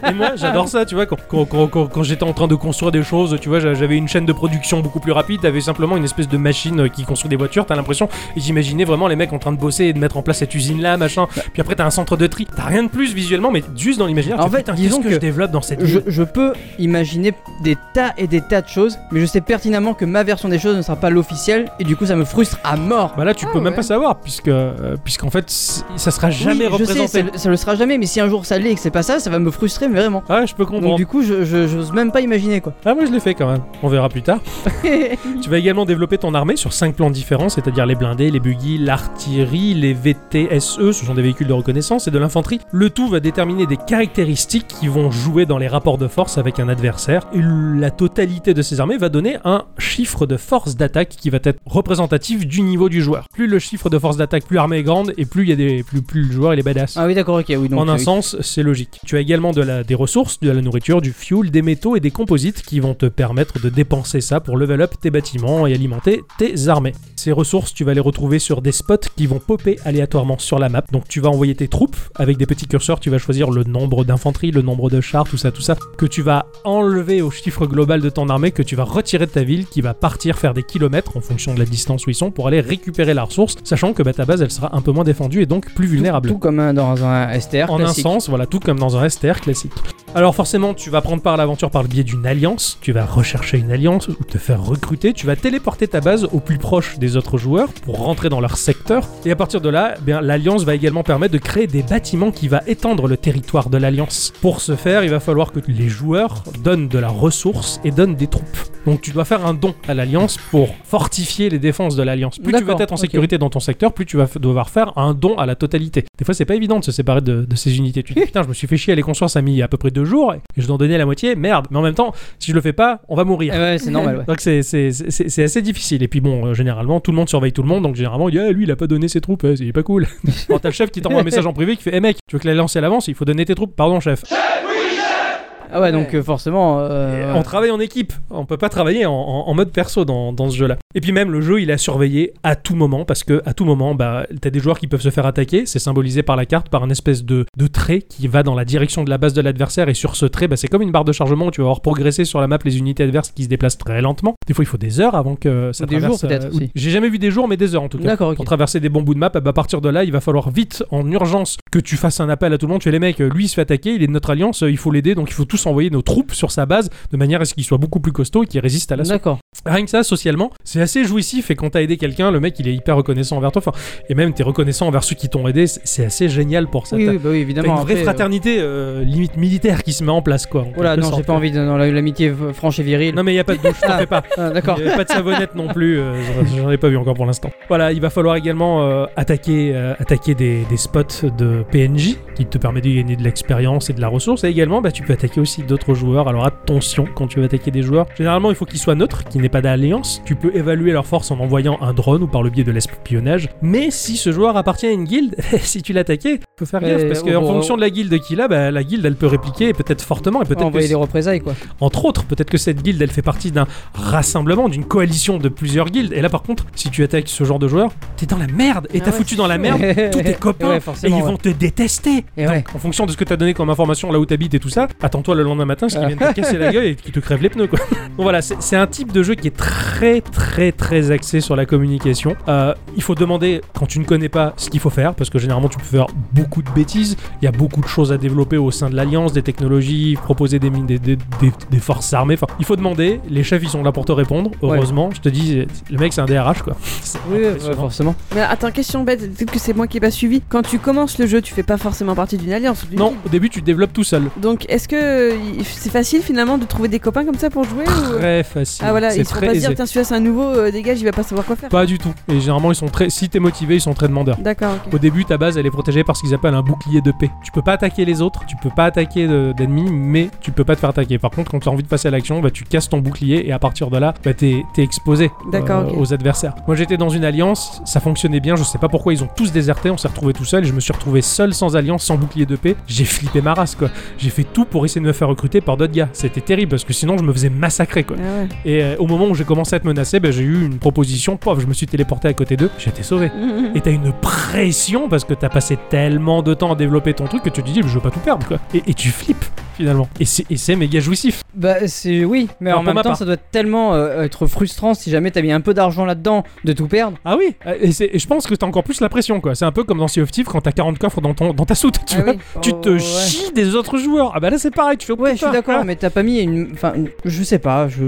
et moi, j'adore ça, tu vois. Quand, quand- quand- quand- quand j'étais en train de construire des choses, tu vois, j'a- j'avais une chaîne de production beaucoup plus rapide. T'avais simplement une espèce de machine euh, qui construit des voitures. T'as l'impression, et j'imaginais vraiment les mecs en train de bosser et de mettre en place cette usine-là, machin. Puis après, t'as un centre de tri. T'as rien de plus visuellement, mais juste dans l'imaginaire.
En
tu te
fait,
dis, Putain,
disons
qu'est-ce que,
que
je développe dans cette
Je,
ville.
je peux imaginer des tas et des tas de choses, mais je sais pertinemment que ma version des choses ne sera pas l'officielle, et du coup, ça me frustre à mort.
Bah là, tu
Ah
peux même
ouais.
pas savoir, puisque euh, puisqu'en fait, c- ça sera jamais
Oui, Je
représenté.
sais, ça, le- ça le sera jamais, mais si un jour ça l'est et que c'est pas ça, ça va me frustrer, mais vraiment.
Ah, je peux comprendre.
Donc, du coup, je je- j'ose même pas imaginer quoi.
Ah moi je l'ai fait quand même, on verra plus tard. tu vas également développer ton armée sur cinq plans différents, c'est-à-dire les blindés, les buggy, l'artillerie, les VTSE, E. ce sont des véhicules de reconnaissance, et de l'infanterie. Le tout va déterminer des caractéristiques qui vont jouer dans les rapports de force avec un adversaire, et la totalité de ces armées va donner un chiffre de force d'attaque qui va être représentatif du niveau du joueur. Plus le chiffre de force d'attaque, plus l'armée est grande, et plus il y a des. plus, plus le joueur il est badass.
Ah oui, d'accord, ok, oui. Donc,
En un
euh,
sens, c'est logique. Tu as également de la, des ressources, de la nourriture, du fuel, des métaux et des composites qui vont te permettre de dépenser ça pour level up tes bâtiments et alimenter tes armées. Ces ressources, tu vas les retrouver sur des spots qui vont popper aléatoirement sur la map. Donc tu vas envoyer tes troupes avec des petits curseurs, tu vas choisir le nombre d'infanterie, le nombre de chars, tout ça, tout ça, que tu vas enlever au chiffre global de ton armée, que tu vas retirer de ta ville, qui va partir faire des kilomètres en fonction de la distance où ils sont pour aller récupérer la ressource, sachant que bah, ta base elle sera un peu moins défendue et donc plus
tout-
vulnérable
Tout, comme un- dans un STR.
en
classique.
un sens, voilà, tout comme dans un STR classique. Alors forcément, tu vas prendre part à l'aventure par le biais d'une alliance, tu vas rechercher une alliance ou te faire recruter, tu vas téléporter ta base au plus proche des autres joueurs pour rentrer dans leur secteur, et à partir de là, eh bien, l'alliance va également permettre de créer des bâtiments qui va étendre le territoire de l'alliance. Pour ce faire, il va falloir que les joueurs donnent de la ressource et donnent des troupes. Donc tu dois faire un don à l'alliance pour fortifier les défenses de l'alliance. Plus tu vas
D'accord,
être en
ok.
sécurité dans ton secteur, plus tu vas f- devoir faire un don à la totalité. Des fois, c'est pas évident de se séparer de, de ces unités. Tu te dis putain, je me suis fait chier à les construire, ça a mis il y a à peu près deux jours et je dois en donner la moitié. Merde. Mais en même temps, si je le fais pas, on va mourir.
Ah ouais, c'est normal, ouais.
Donc c'est- c'est c'est- c'est assez difficile. Et puis bon, euh, généralement, tout le monde surveille tout le monde. Donc généralement, il dit, Ah, lui, il a pas donné ses troupes, euh, c'est pas cool. Quand t'as le chef qui t'envoie un message en privé qui fait, Eh mec, tu veux que la lance elle avance, il faut donner tes troupes. Pardon, chef.
Ah ouais, donc euh, forcément. euh,
On travaille en équipe, on peut pas travailler en, en- en mode perso dans, dans ce jeu-là. Et puis même le jeu, il est à surveiller à tout moment parce que à tout moment, bah, t'as des joueurs qui peuvent se faire attaquer. C'est symbolisé par la carte, par une espèce de, de trait qui va dans la direction de la base de l'adversaire et sur ce trait, bah, c'est comme une barre de chargement où tu vas avoir progressé sur la map les unités adverses qui se déplacent très lentement. Des fois, il faut des heures avant que ça
Ou des
traverse. euh,
jours, peut-être,
ou-
aussi.
J'ai jamais vu des jours, mais des heures en tout cas.
D'accord, ok.
Pour traverser des bons bouts de map, eh ben, à partir de là, il va falloir vite, en urgence, que tu fasses un appel à tout le monde. Tu es les mecs, euh, lui il se fait attaquer, il est de notre alliance, euh, il faut l'aider, donc il faut tous envoyer nos troupes sur sa base de manière à ce qu'il soit beaucoup plus costaud et qu'il résiste à l'assaut.
D'accord.
Rien que ça, socialement, c'est assez jouissif et quand t'as aidé quelqu'un, le mec il est hyper reconnaissant envers toi. Enfin, et même t'es reconnaissant envers ceux qui t'ont aidé, c'est c'est assez génial pour ça.
Oui,
T'as-
oui, bah oui,
t'as
évidemment.
une vraie
après, euh,
fraternité euh, limite militaire qui se met en place quoi. en
Oula,
quelque
non, j'ai
sorte.
pas envie de. Non, la- l'amitié euh, franche et virile.
Non mais y a pas de douche, t'en
Ah.
fais pas.
Ah, D'accord.
Il y avait pas de savonnette non plus, euh, j'en- j'en ai pas vu encore pour l'instant. Voilà, il va falloir également euh, attaquer, euh, attaquer des, des spots de PNJ qui te permet de gagner de l'expérience et de la ressource. Et également, bah, tu peux attaquer aussi d'autres joueurs. Alors attention quand tu vas attaquer des joueurs. Généralement, il faut qu'ils soient neutres, qu'ils n'aient pas d'alliance. Tu peux évaluer leur force en envoyant un drone ou par le biais de l'espionnage. Mais si ce joueur appartient à une guilde, si tu l'attaquais, faut faire gaffe
Ouais,
parce
on
qu'en
va-
fonction de la guilde qu'il a, bah, la guilde elle peut répliquer et peut-être fortement et peut-être que
Envoyer des représailles, quoi.
entre autres, peut-être que cette guilde, elle fait partie d'un rassemblement, d'une coalition de plusieurs guildes. Et là, par contre, si tu attaques ce genre de joueur, t'es dans la merde. Et
Ah
t'as
ouais,
foutu
c'est
dans la
chaud.
merde tous tes copains.
Ouais,
et ils
forcément. ouais.
vont te détester.
Et
Donc,
ouais.
en fonction de ce que t'as donné comme information là où t'habites et tout ça, attends-toi le lendemain matin, ce qui vient de te casser la gueule et qui te crève les pneus, quoi. Donc voilà, c'est c'est un type de jeu qui est très, très, très axé sur la communication. Euh, il faut demander, quand tu ne connais pas, ce qu'il faut faire, parce que généralement, tu peux faire beaucoup de bêtises. Il y a beaucoup de choses à développer au sein de l'Alliance, des technologies, proposer des, mines- des, des- des- des forces armées. Enfin, il faut demander. Les chefs, ils sont là pour te répondre. Heureusement, je te dis, le mec, c'est un DRH, quoi. C'est
Oui, ouais,
impressionnant.
forcément.
Mais attends, question bête, peut-être que c'est moi qui ai pas suivi. Quand tu commences le jeu, tu fais pas forcément partie d'une alliance. d'une
non,
guilde.
au début, tu te développes tout seul.
Donc est-ce que euh, il- c'est facile finalement de trouver des copains comme ça pour jouer ou-
Très facile.
Ah voilà,
c'est
ils se font
très
pas se
aisé.
dire tiens celui-là c'est un nouveau, euh, dégage, il va pas savoir quoi faire.
Pas du tout. Et généralement, ils sont très. Si t'es motivé, ils sont très demandeurs.
D'accord, ok.
Au début, ta base, elle est protégée par ce qu'ils appellent un bouclier de paix. Tu peux pas attaquer les autres, tu peux pas attaquer de- d'ennemis, mais tu peux pas te faire attaquer. Par contre, quand tu as envie de passer à l'action, bah, tu casses ton bouclier et à partir de là, bah, t'es t'es exposé
D'accord, ok.
aux adversaires. Moi, j'étais dans une alliance, ça fonctionnait bien, je sais pas pourquoi ils ont tous déserté, on s'est retrouvés tout seul, et je me suis retrouvé seul, sans alliance, sans bouclier de paix. J'ai flippé ma race, quoi. J'ai fait tout pour essayer de me faire recruter par d'autres gars. C'était terrible parce que sinon, je me faisais massacrer, quoi.
Ah ouais.
Et euh, au moment où j'ai commencé à te menacer, bah, j'ai eu une proposition, pof, je me suis téléporté à côté d'eux, j'étais sauvé.
Ah
Et t'as une pression parce que t'as passé tellement de temps à développer ton truc que tu te dis, je veux pas tout perdre, quoi. Et, et tu flippes, finalement. Et c'est et c'est méga jouissif.
Bah, c'est. Oui, mais
Alors,
en
pour
même
ma
temps,
part-
ça doit tellement euh, être frustrant si jamais t'as mis un peu d'argent là-dedans de tout perdre.
Ah oui euh, Et, c'est- et je pense que t'as encore plus la pression, quoi. C'est un peu comme dans Sea of Thieves quand t'as 40 coffres dans, ton, dans ta soute, tu
Ah
vois.
oui.
Tu te
Oh, ouais.
chies des autres joueurs. Ah bah là, c'est pareil, tu fais
Ouais, je suis d'accord, mais t'as pas mis une. Enfin, une- je sais pas, je.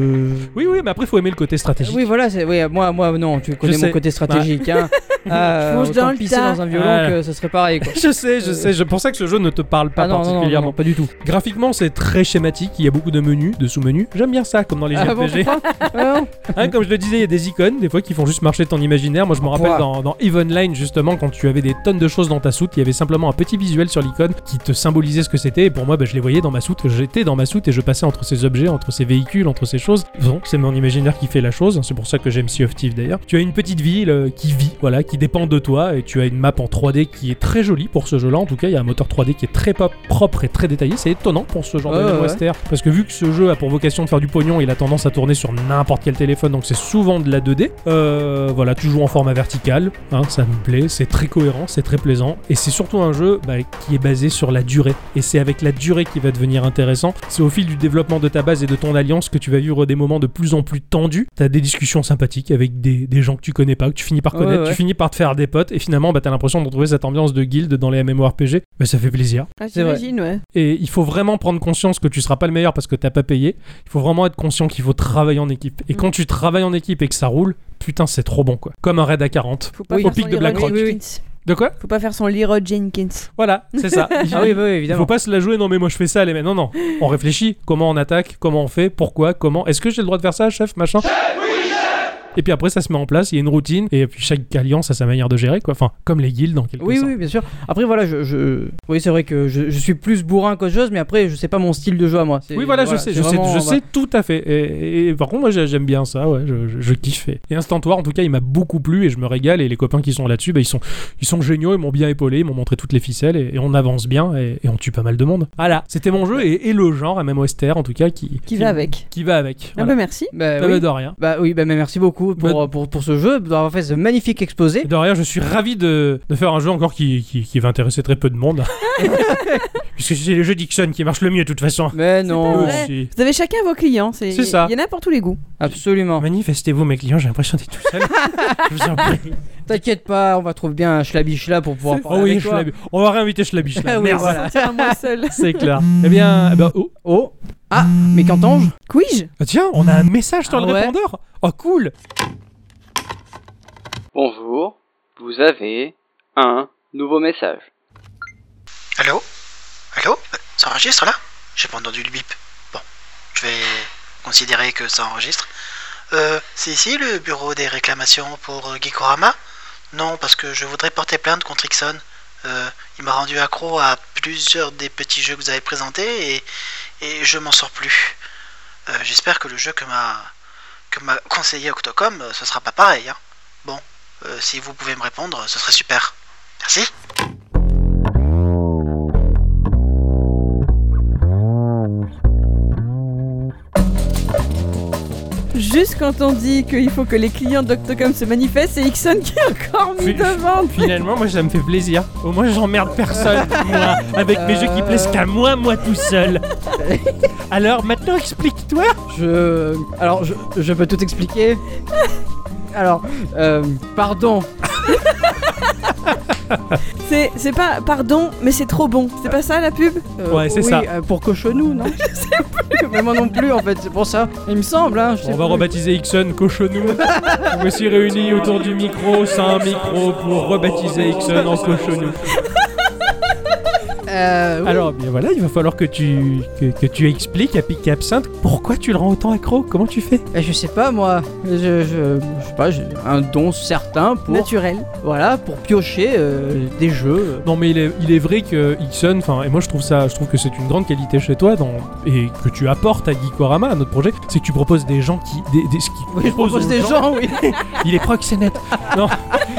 Oui, oui, mais après, faut aimer le côté
Euh,
stratégique.
Oui, voilà, c'est. Oui, moi, moi, non, tu connais
sais.
mon côté stratégique, hein. Ah,
Je mange
autant
dans le
pisser
tas.
dans un violon
Ah.
que ce serait pareil, quoi.
Je sais, je
Euh.
sais, je pensais que ce jeu ne te parle pas
Ah non, non, non, non,
particulièrement.
non, pas du tout.
Graphiquement, c'est très schématique, il y a beaucoup de menus, de sous-menus. J'aime bien ça, comme dans les
Ah bon,
JRPG.
Ah non.
Hein, comme je le disais, il y a des icônes, des fois, qui font juste marcher ton imaginaire. Moi, je me rappelle
Ouah.
dans, dans Even Line, justement, quand tu avais des tonnes de choses dans ta soute, il y avait simplement un petit visuel sur l'icône qui te symbolisait ce que c'était. Et pour moi, bah, je les voyais dans ma soute, j'étais dans ma soute et je passais entre ces objets, entre ces véhicules, entre ces choses. Bon, c'est mon imaginaire qui fait la chose. C'est pour ça que j'aime Sea of Thieves, d'ailleurs. Tu as une petite ville euh, qui vit, voilà, qui dépend de toi. Et tu as une map en 3D qui est très jolie pour ce jeu-là. En tout cas, il y a un moteur 3D qui est très pop- propre et très détaillé. C'est étonnant pour ce genre
Ouais,
de jeu
ouais, ouais.
western. Parce que vu que ce jeu a pour vocation de faire du pognon, il a tendance à tourner sur n'importe quel téléphone, donc c'est souvent de la 2D. Euh, voilà, tu joues en format vertical, hein, ça me plaît, c'est très cohérent, c'est très plaisant, et c'est surtout un jeu bah, qui est basé sur la durée. Et c'est avec la durée qui va devenir intéressant. C'est au fil du développement de ta base et de ton alliance que tu vas vivre des moments de plus en plus tendus. T'as des discussions sympathiques avec des, des gens que tu connais pas, que tu finis par
Ouais,
connaître,
ouais.
tu finis par te faire des potes, et finalement, bah, t'as l'impression de retrouver cette ambiance de guilde dans les MMORPG. Bah, ça fait plaisir.
Ah,
C'est vrai.
J'imagine, ouais.
Et il faut vraiment prendre conscience que tu seras pas le meilleur parce que t'as pas payé. Il faut vraiment être conscient qu'il faut travailler en équipe. Et
Mm.
quand tu travailles en équipe et que ça roule, putain, c'est trop bon quoi. Comme un raid à 40.
Faut pas
Oui.
faire
Au pic
son
de
Leroy
Blackrock.
Jenkins.
De quoi
Faut pas faire son Leroy Jenkins.
Voilà, c'est ça. Il
Ah oui, bah oui,
il
évidemment.
faut pas se la jouer, non mais moi je fais ça, les mecs. Non, non. On réfléchit. Comment on attaque Comment on fait Pourquoi Comment Est-ce que j'ai le droit de faire ça, chef Machin Et puis après, ça se met en place, il y a une routine, et puis chaque alliance a sa manière de gérer, quoi. Enfin, comme les guildes, en quelque
Oui,
sorte.
oui, bien sûr. Après, voilà, je. je- Oui, c'est vrai que je, je suis plus bourrin qu'autre chose, mais après, je sais pas mon style de jeu à moi. C'est-
Oui, voilà, je sais,
c'est
je sais,
vraiment-
je sais tout à fait. Et, et- et par contre, moi, j'ai- j'aime bien ça, ouais, je, je, je kiffe. Et Instantoire, en tout cas, il m'a beaucoup plu et je me régale. Et les copains qui sont là-dessus, bah, ils, sont, ils sont géniaux, ils m'ont bien épaulé, ils m'ont montré toutes les ficelles et, et on avance bien et, et on tue pas mal de monde. Voilà, c'était mon jeu et, et le genre, MMOSTR en tout cas, qui,
Qui va avec.
Qui va avec.
Ah
Voilà.
bah merci.
Bah
Bah,
oui.
bah, de rien.
Bah oui, bah mais merci beaucoup pour,
Bah-
euh, pour, pour ce jeu, d'avoir fait ce magnifique exposé.
Et de rien, je suis ravi de, de faire un jeu encore qui, qui, qui va intéresser très peu de monde. Puisque c'est le jeu Dixon qui marche le mieux de toute façon.
Mais
pas
non,
vrai.
Aussi.
Vous avez chacun vos clients. C'est
C'est ça.
Il y en a pour tous les goûts.
absolument.
Manifestez-vous, mes clients, j'ai l'impression d'être tout seul. je vous en prie.
T'inquiète pas, on va trouver bien un schlabichla pour pouvoir
Oh
parler
oui,
avec toi.
Schlabi- on va réinviter Schlabichla.
Ah oui,
Merde,
voilà.
Tiens, moi seul.
c'est clair. eh bien, eh ben, oh.
Oh Ah, mais qu'entends-je
Quij
Ah, tiens, on a un message sur
Ah
le
ouais.
répondeur. Oh cool.
Bonjour, vous avez un nouveau message.
Allô Allô Ça enregistre là J'ai pas entendu le bip. Bon, je vais considérer que ça enregistre. Euh, c'est ici le bureau des réclamations pour euh, Geekorama Non, parce que je voudrais porter plainte contre Ixon. Euh, il m'a rendu accro à plusieurs des petits jeux que vous avez présentés et, et je m'en sors plus. Euh, J'espère que le jeu que m'a que m'a conseillé Octocom, euh, ce sera pas pareil. hein. Bon, euh, si vous pouvez me répondre, ce serait super. Merci.
Juste quand on dit qu'il faut que les clients d'Octocom se manifestent, c'est Ixon qui est encore
Puis-
mis devant.
Finalement, moi, ça me fait plaisir. Au moins, j'emmerde personne, moi, avec mes jeux qui plaisent qu'à moi, moi tout seul. Alors, maintenant, explique-toi.
Je. Alors, je, je peux tout expliquer. Alors, euh, pardon.
C'est c'est pas pardon, mais c'est trop bon. C'est pas ça la pub
Euh,
Ouais, c'est
oui,
ça.
euh, pour cochonou, non Je sais plus. Mais moi non plus, en fait, c'est pour ça. Il me semble, hein. je sais
On va
plus.
rebaptiser Ixon Cochonou. Vous voici réunis autour du micro, c'est un micro pour rebaptiser Ixon en Cochonou.
Euh, oui.
Alors, bien voilà, il va falloir que tu, que, que tu expliques à Pic et Absinthe pourquoi tu le rends autant accro. Comment tu fais
Euh, Je sais pas, moi. Je, je, je sais pas, j'ai un don certain pour.
Naturel.
Voilà, pour piocher euh, des jeux.
Non mais il est, il est vrai que Ixon, enfin et moi je trouve ça, je trouve que c'est une grande qualité chez toi dans- et que tu apportes à Geekorama, à notre projet, c'est que tu proposes des gens qui, des, des- ce qui
Oui, je propose
aux
des gens, oui.
Il est proxénète. non,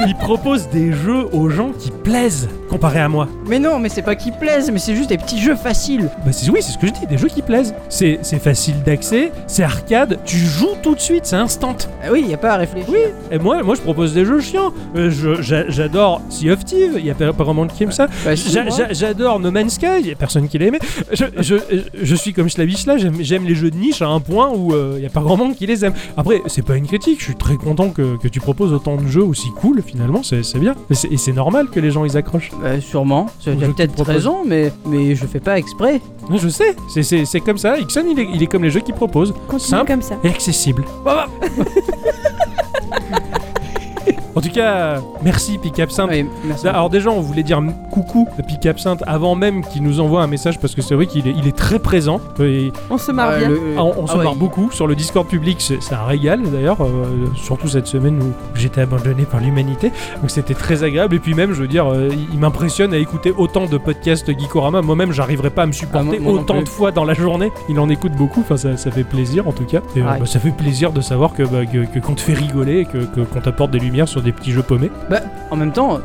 il propose des jeux aux gens qui plaisent comparé à moi.
Mais non, mais c'est pas qu'ils plaisent, mais c'est juste des petits jeux faciles.
Bah c'est- oui, c'est ce que je dis, des jeux qui plaisent. C'est c'est facile d'accès, c'est arcade, tu joues tout de suite, c'est instant.
Ah oui, y a pas à réfléchir.
Oui, et moi, moi je propose des jeux chiants. Euh, je- j'a- J'adore Sea of Thieves, il y a pas pas vraiment de qui aime ça.
Bah, si,
J'a-
moi.
j'a- J'adore No Man's Sky, il y a personne qui l'aimait. Je, je, je suis comme Slavish là, j'aime j'aime les jeux de niche à un point où euh, il y a pas grand monde qui les aime. Après, c'est pas une critique, je suis très content que, que tu proposes autant de jeux aussi cool finalement, c'est c'est bien. Et c'est- Et c'est normal que les gens ils accrochent.
Bah, sûrement, tu as
Ou je te
peut-être
propose.
raison, mais, mais je fais pas exprès.
Non, Je sais, c'est- c'est c'est comme ça, Ixon il est, il est comme les jeux qu'il propose,
Continue
Simple.
comme ça.
et accessible.
Oh.
en tout cas, merci Picapsin
Oui, merci.
Ça, Alors déjà, on voulait dire coucou à Pic Absinthe avant même qu'il nous envoie un message parce que c'est vrai qu'il est, il est très présent. Et
On se marre
Euh,
bien.
le-
on, on se
Ah ouais,
marre beaucoup sur le Discord public, c'est c'est un régal d'ailleurs, euh, surtout cette semaine où j'étais abandonné par l'humanité. Donc c'était très agréable. Et puis même, je veux dire, euh, il- il m'impressionne à écouter autant de podcasts Geekorama. Moi-même, j'arriverais pas à me supporter
Ah, moi- moi non
autant
plus.
de fois dans la journée. Il en écoute beaucoup. Enfin, ça, ça fait plaisir en tout cas. Et, euh,
Ouais.
bah, ça fait plaisir de savoir que bah, que- que- qu'on te fait rigoler, et que que- qu'on t'apporte des lumières sur des petits jeux paumés.
En même temps,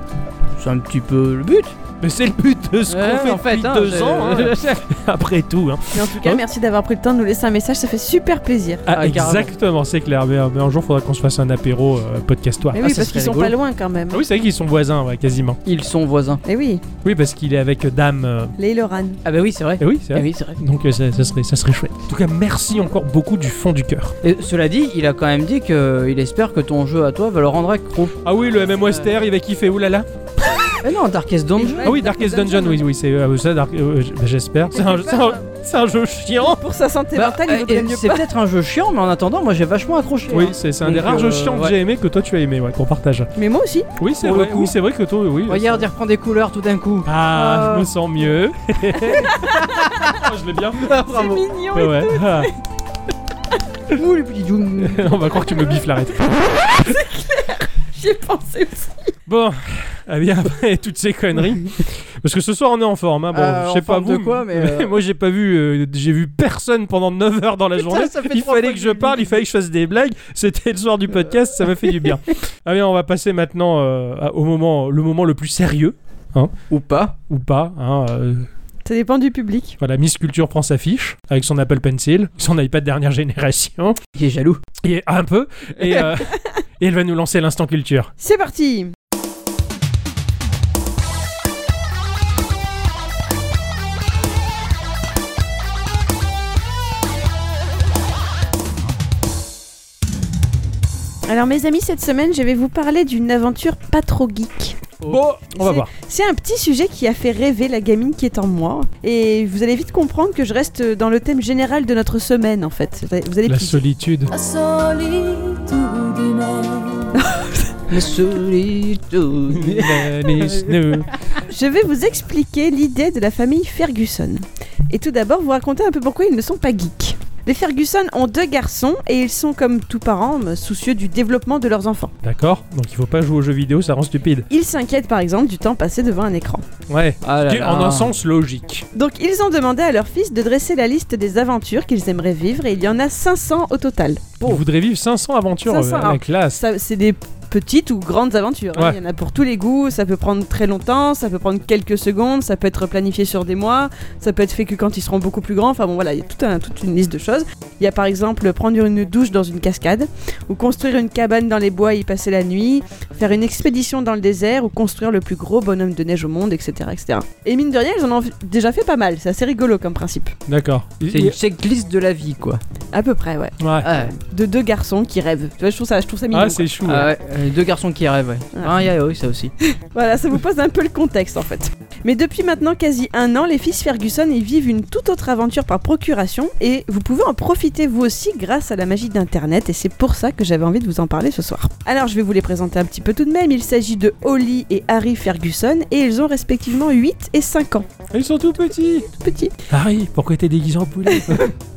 c'est un petit peu le but.
Mais c'est le but de ce qu'on
Ouais,
fait
en fait,
depuis
hein,
deux
je-
ans, hein, après tout. hein.
Mais en tout cas,
Hein
merci d'avoir pris le temps de nous laisser un message. Ça fait super plaisir.
Ah,
Ah, carrément.
exactement, c'est clair. Mais, euh, mais un jour, faudra qu'on se fasse un apéro euh, podcastois.
Mais
Ah,
oui,
ça
parce
serait
qu'ils sont
rigolo.
pas loin quand même.
Ah oui, c'est vrai qu'ils sont voisins, ouais, quasiment.
Ils sont voisins.
Mais oui,
Oui, parce qu'il est avec Dame. euh,
les Loran.
Ah bah oui, c'est vrai.
eh oui, c'est
Ah
vrai.
oui, c'est vrai.
Donc euh, ça, ça serait, ça serait chouette. En tout cas, merci encore beaucoup du fond du cœur.
Et cela dit, il a quand même dit que euh, il espère que ton jeu à toi va le rendre accro.
Ah oui, le MMOSTR, il va kiffer, oulala.
Mais non, Darkest Dungeon.
Ah oui, Darkest Dungeon, oui, oui, c'est euh, ça, Dark- euh, j- bah, j'espère. C'est un, c'est un- c'est un jeu chiant.
Pour sa santé
Bah,
mentale,
euh,
il
eh,
vaudrait
et
mieux
c'est
pas.
peut-être un jeu chiant, mais en attendant, moi j'ai vachement accroché.
Oui,
hein.
c'est c'est un des
Donc,
rares jeux
euh,
chiants que
ouais.
j'ai aimé que toi tu as aimé, ouais, qu'on partage.
Mais moi aussi.
Oui, c'est
Pour le
vrai, oui,
coup.
c'est vrai que toi, oui.
Regarde, il reprend des couleurs tout d'un coup.
Ah, je me sens mieux. Oh, je l'ai bien.
C'est
Oh,
mignon.
Ouais, ouais. Ah,
Ouh, les petits doux.
on va croire que tu me biffes l'arrête.
J'y ai pensé aussi.
Bon, eh bien après toutes ces conneries, parce que ce soir on est en forme. hein. Bon,
Euh,
je sais
en
pas
forme de
vous,
quoi, mais, euh,
moi j'ai pas vu, euh, j'ai vu personne pendant 9 heures dans la journée.
ça fait
il
trois
fallait
fois
que
que
je
je Euh. le
parle, il fallait que je fasse des blagues. C'était le soir du podcast, ça m'a fait du bien. Ah bien, on va passer maintenant euh, à- au moment, le moment le plus sérieux
Ou pas.
ou pas. hein, euh,
Ça dépend du public.
voilà, Miss Culture prend sa fiche avec son Apple Pencil, son iPad dernière génération,
Il est jaloux.
et un peu, et, euh, et elle va nous lancer l'instant culture.
C'est parti Alors mes amis, cette semaine, je vais vous parler d'une aventure pas trop geek.
Bon, on va voir.
C'est un petit sujet qui a fait rêver la gamine qui est en moi. Et vous allez vite comprendre que je reste dans le thème général de notre semaine, en fait. Vous allez- Vous allez
La
piger.
solitude.
La solitude humaine.
Je vais vous expliquer l'idée de la famille Ferguson. Et tout d'abord, vous raconter un peu pourquoi ils ne sont pas geeks. Les Ferguson ont deux garçons et ils sont comme tous parents euh, soucieux du développement de leurs enfants.
D'accord, donc il faut pas jouer aux jeux vidéo, ça rend stupide.
Ils s'inquiètent par exemple du temps passé devant un écran.
Ouais.
Ah là là.
En un sens logique.
Donc ils ont demandé à leur fils de dresser la liste des aventures qu'ils aimeraient vivre et il y en a 500 au total.
Vous voudrez vivre 500 aventures
500,
euh, à la classe.
Ça, c'est des petites ou grandes aventures. hein.
Ouais.
Il y en a pour tous les goûts. Ça peut prendre très longtemps, ça peut prendre quelques secondes, ça peut être planifié sur des mois, ça peut être fait que quand ils seront beaucoup plus grands. Enfin bon, voilà, il y a tout un- toute une liste de choses. Il y a par exemple prendre une douche dans une cascade, ou construire une cabane dans les bois et y passer la nuit, faire une expédition dans le désert, ou construire le plus gros bonhomme de neige au monde, etc. etc. Et mine de rien, ils en ont déjà fait pas mal. C'est assez rigolo comme principe.
D'accord.
C'est une checklist de la vie, quoi.
À peu près, ouais.
Ouais.
Ah,
De deux garçons qui rêvent. Tu vois, je trouve ça, je trouve ça mignon.
Ah,
quoi.
c'est chou.
ah ouais, euh, deux garçons qui rêvent, ouais.
Ah.
Ah, yeah, oui, ça aussi.
Voilà, ça vous pose un peu le contexte en fait. Mais depuis maintenant quasi un an, les fils Ferguson y vivent une toute autre aventure par procuration et vous pouvez en profiter vous aussi grâce à la magie d'Internet et c'est pour ça que j'avais envie de vous en parler ce soir. Alors je vais vous les présenter un petit peu tout de même. Il s'agit de Holly et Harry Ferguson et ils ont respectivement 8 et 5 ans.
Ils sont tout petits.
Tout petit.
Harry, pourquoi t'es déguisé en poulet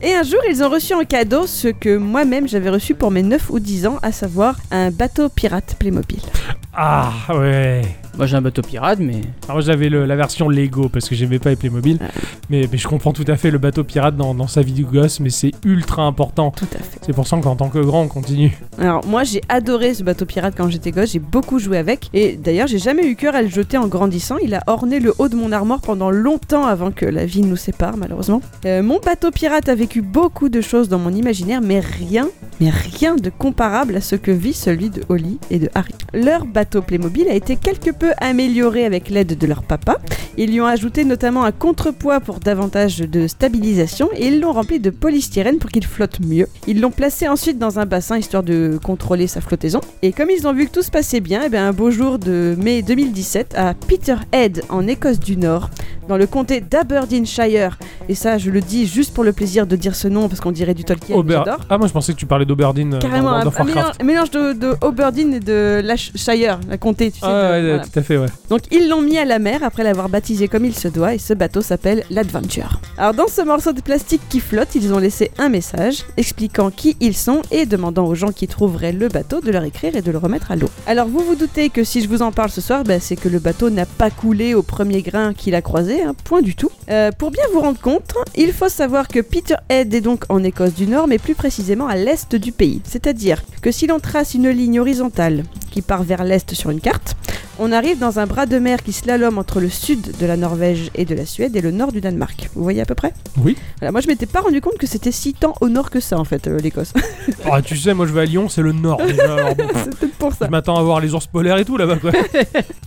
Et un jour, ils ont reçu en cadeau ce que moi-même j'avais reçu pour mes 9 ou 10 ans, à savoir un bateau pirate Playmobil.
Ah, ouais.
Moi, j'ai un bateau pirate, mais.
Alors, moi, j'avais le- la version Lego parce que j'aimais pas les Playmobil. Mais, mais je comprends tout à fait le bateau pirate dans, dans sa vie du gosse, mais c'est ultra important.
Tout à fait.
C'est pour ça qu'en tant que grand, on continue.
Alors moi j'ai adoré ce bateau pirate quand j'étais gosse, j'ai beaucoup joué avec et d'ailleurs j'ai jamais eu cœur à le jeter en grandissant, il a orné le haut de mon armoire pendant longtemps avant que la vie nous sépare malheureusement. Euh, mon bateau pirate a vécu beaucoup de choses dans mon imaginaire mais rien, mais rien de comparable à ce que vit celui de Holly et de Harry. Leur bateau Playmobil a été quelque peu amélioré avec l'aide de leur papa, ils lui ont ajouté notamment un contrepoids pour davantage de stabilisation et ils l'ont rempli de polystyrène pour qu'il flotte mieux. Ils l'ont placé ensuite dans un bassin histoire de contrôler sa flottaison. Et comme ils ont vu que tout se passait bien, eh bien un beau jour de mai 2017 à Peterhead en Écosse du Nord, dans le comté d'Aberdeenshire. Et ça, je le dis juste pour le plaisir de dire ce nom parce qu'on dirait du Tolkien.
Auber-
J'adore.
Ah, moi, je pensais que tu parlais d'Auberdeen euh, dans
Carrément,
World
un,
of
un mélange,
Warcraft.
un mélange de, de Aberdeen et de Lancashire, la comté, tu sais.
Ah,
de-
ouais,
voilà.
tout à fait, ouais.
Donc ils l'ont mis à la mer après l'avoir baptisé comme il se doit et ce bateau s'appelle l'Adventure. Alors dans ce morceau de plastique qui flotte, ils ont laissé un message expliquant qui ils sont et demandant aux gens qui trouveraient le bateau de leur écrire et de le remettre à l'eau. Alors vous vous doutez que si je vous en parle ce soir, bah, c'est que le bateau n'a pas coulé au premier grain qu'il a croisé, hein, point du tout. Euh, pour bien vous rendre compte, il faut savoir que Peterhead est donc en Écosse du Nord, mais plus précisément à l'est du pays. C'est-à-dire que si l'on trace une ligne horizontale qui part vers l'est sur une carte, on arrive dans un bras de mer qui slalome entre le sud de la Norvège et de la Suède et le nord du Danemark. Vous voyez à peu près
Oui.
Voilà, moi je m'étais pas rendu compte que c'était si tant au nord que ça en fait, euh, l'Écosse.
Ah, tu sais, moi, je vais à Lyon, c'est le nord. déjà, alors bon.
c'est peut-être pour
Je
ça.
m'attends à voir les ours polaires et tout là-bas quoi.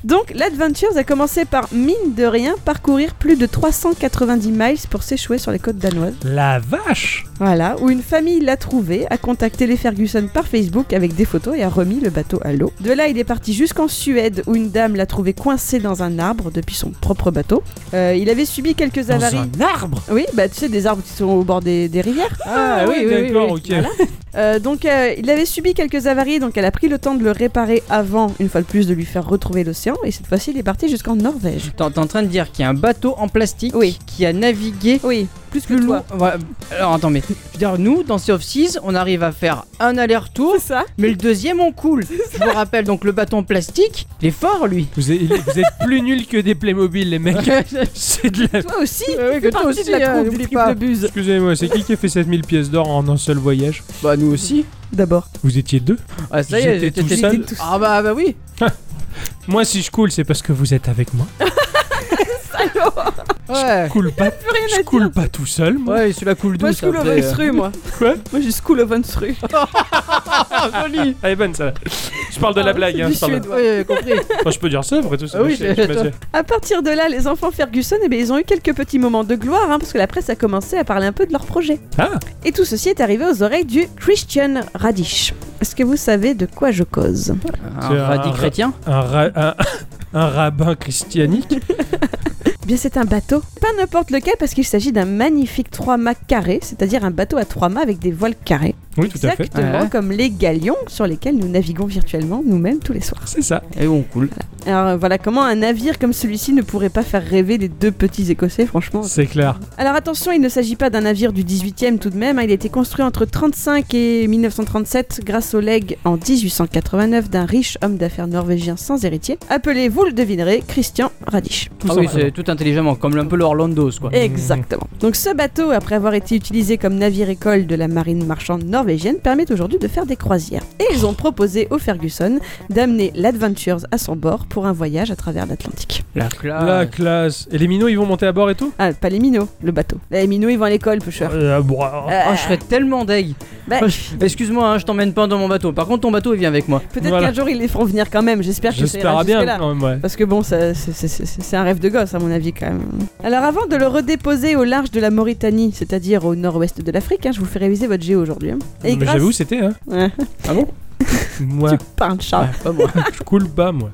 Donc l'Adventures a commencé par, mine de rien, parcourir plus de 390 miles pour s'échouer sur les côtes danoises.
La vache
Voilà, où une famille l'a trouvé, a contacté les Ferguson par Facebook avec des photos et a remis le bateau à l'eau. De là, il est parti jusqu'en Suède où une dame l'a trouvé coincé dans un arbre depuis son propre bateau. Euh, il avait subi quelques
Dans
avaries.
un arbre
Oui, bah tu sais, des arbres qui sont au bord des, des rivières.
Ah oui, d'accord, ok.
Euh, donc euh, il avait subi quelques avaries, donc elle a pris le temps de le réparer avant, une fois de plus, de lui faire retrouver l'océan. Et cette fois-ci, il est parti jusqu'en Norvège.
T'es en t'es en train de dire qu'il y a un bateau en plastique
Oui.
qui a navigué
Oui, plus que
Le
toi.
loup- voilà. Alors attends, mais je veux dire, nous, dans Sea of Seas, on arrive à faire un aller-retour,
C'est ça
mais le deuxième, on coule. Je vous rappelle donc le bâton plastique, il est fort lui.
Vous êtes, vous êtes plus nuls que des Playmobil, les mecs. C'est de la.
Toi aussi
Ah oui,
tu
que
fais
toi
partie
aussi,
de la
hein,
troupe
n'oublie
du
pas.
triple buse.
Excusez-moi, c'est qui qui a fait 7000 pièces d'or en un seul voyage
Bah, nous aussi.
D'abord.
Vous étiez deux
Ah, ça y est,
J'étais tout
t'étais-
seul.
t'étais- Ah, bah, bah oui.
Moi, si je coule, c'est parce que vous êtes avec moi.
Ouais.
Je coule pas, je coule pas tout seul, moi.
Ouais, celui-là coule
Moi,
douce.
je coule
après,
of
euh.
Rue, moi.
Quoi
Moi, j'ai School of Unstru.
Elle est bonne, ça. Je parle de la
Ah,
blague.
c'est
Hein,
du
je, parle de-
suédois.
Ouais, compris.
Enfin, je peux dire ça après tout ça.
Ah oui,
je- je-
j'ai-
je-
À partir de là, les enfants Ferguson, eh bien, ils ont eu quelques petits moments de gloire, hein, parce que la presse a commencé à parler un peu de leur projet.
Ah.
Et tout ceci est arrivé aux oreilles du Christian Radish. Est-ce que vous savez de quoi je cause
C'est
Un
un
radis
ra-
chrétien
un, ra- un- un rabbin christianique.
Eh Bien, c'est un bateau. Pas n'importe lequel, parce qu'il s'agit d'un magnifique 3 mâts carré, c'est-à-dire un bateau à 3 mâts avec des voiles carrées.
Oui, tout à fait.
Exactement
Ouais.
comme les galions sur lesquels nous naviguons virtuellement nous-mêmes tous les soirs.
C'est ça.
Et on coule.
Alors euh, voilà, comment un navire comme celui-ci ne pourrait pas faire rêver les deux petits Écossais, franchement
C'est clair.
Alors attention, il ne s'agit pas d'un navire du 18e tout de même, hein, il a été construit entre 35 et 1937 grâce au legs en 1889 d'un riche homme d'affaires norvégien sans héritier, appelé, vous le devinerez, Christian Radish.
Tout
Ah oui,
simplement.
c'est tout intelligemment, comme un peu l'Orlando, quoi.
Exactement. Donc ce bateau, après avoir été utilisé comme navire-école de la marine marchande norvégienne, permet aujourd'hui de faire des croisières. Et ils ont proposé au Ferguson d'amener l'Adventures à son bord pour un voyage à travers l'Atlantique.
La classe.
La classe. Et les minots, ils vont monter à bord et tout
Ah, pas les minots, le bateau. Eh, Les minots, ils vont à l'école, peu cher. Eh,
Euh, bon, alors,
Oh, je serais tellement deg.
Bah,
Excuse-moi, hein, je t'emmène pas dans mon bateau. Par contre, ton bateau, il vient avec moi.
Peut-être
Voilà.
qu'un jour ils les feront venir quand même, j'espère que ça
J'espère
ira
bien
là.
quand même, ouais.
Parce que bon, ça- c'est- c'est c'est- c'est un rêve de gosse à mon avis quand même. Alors avant de le redéposer au large de la Mauritanie, c'est-à-dire au nord-ouest de l'Afrique, hein, je vous fais réviser votre géo aujourd'hui. hein. Et
Mais
grâce-
j'avoue, c'était, hein.
Ouais,
Ah bon
Moi,
tu parles, Charles.
Pas moi.
je coule pas, moi.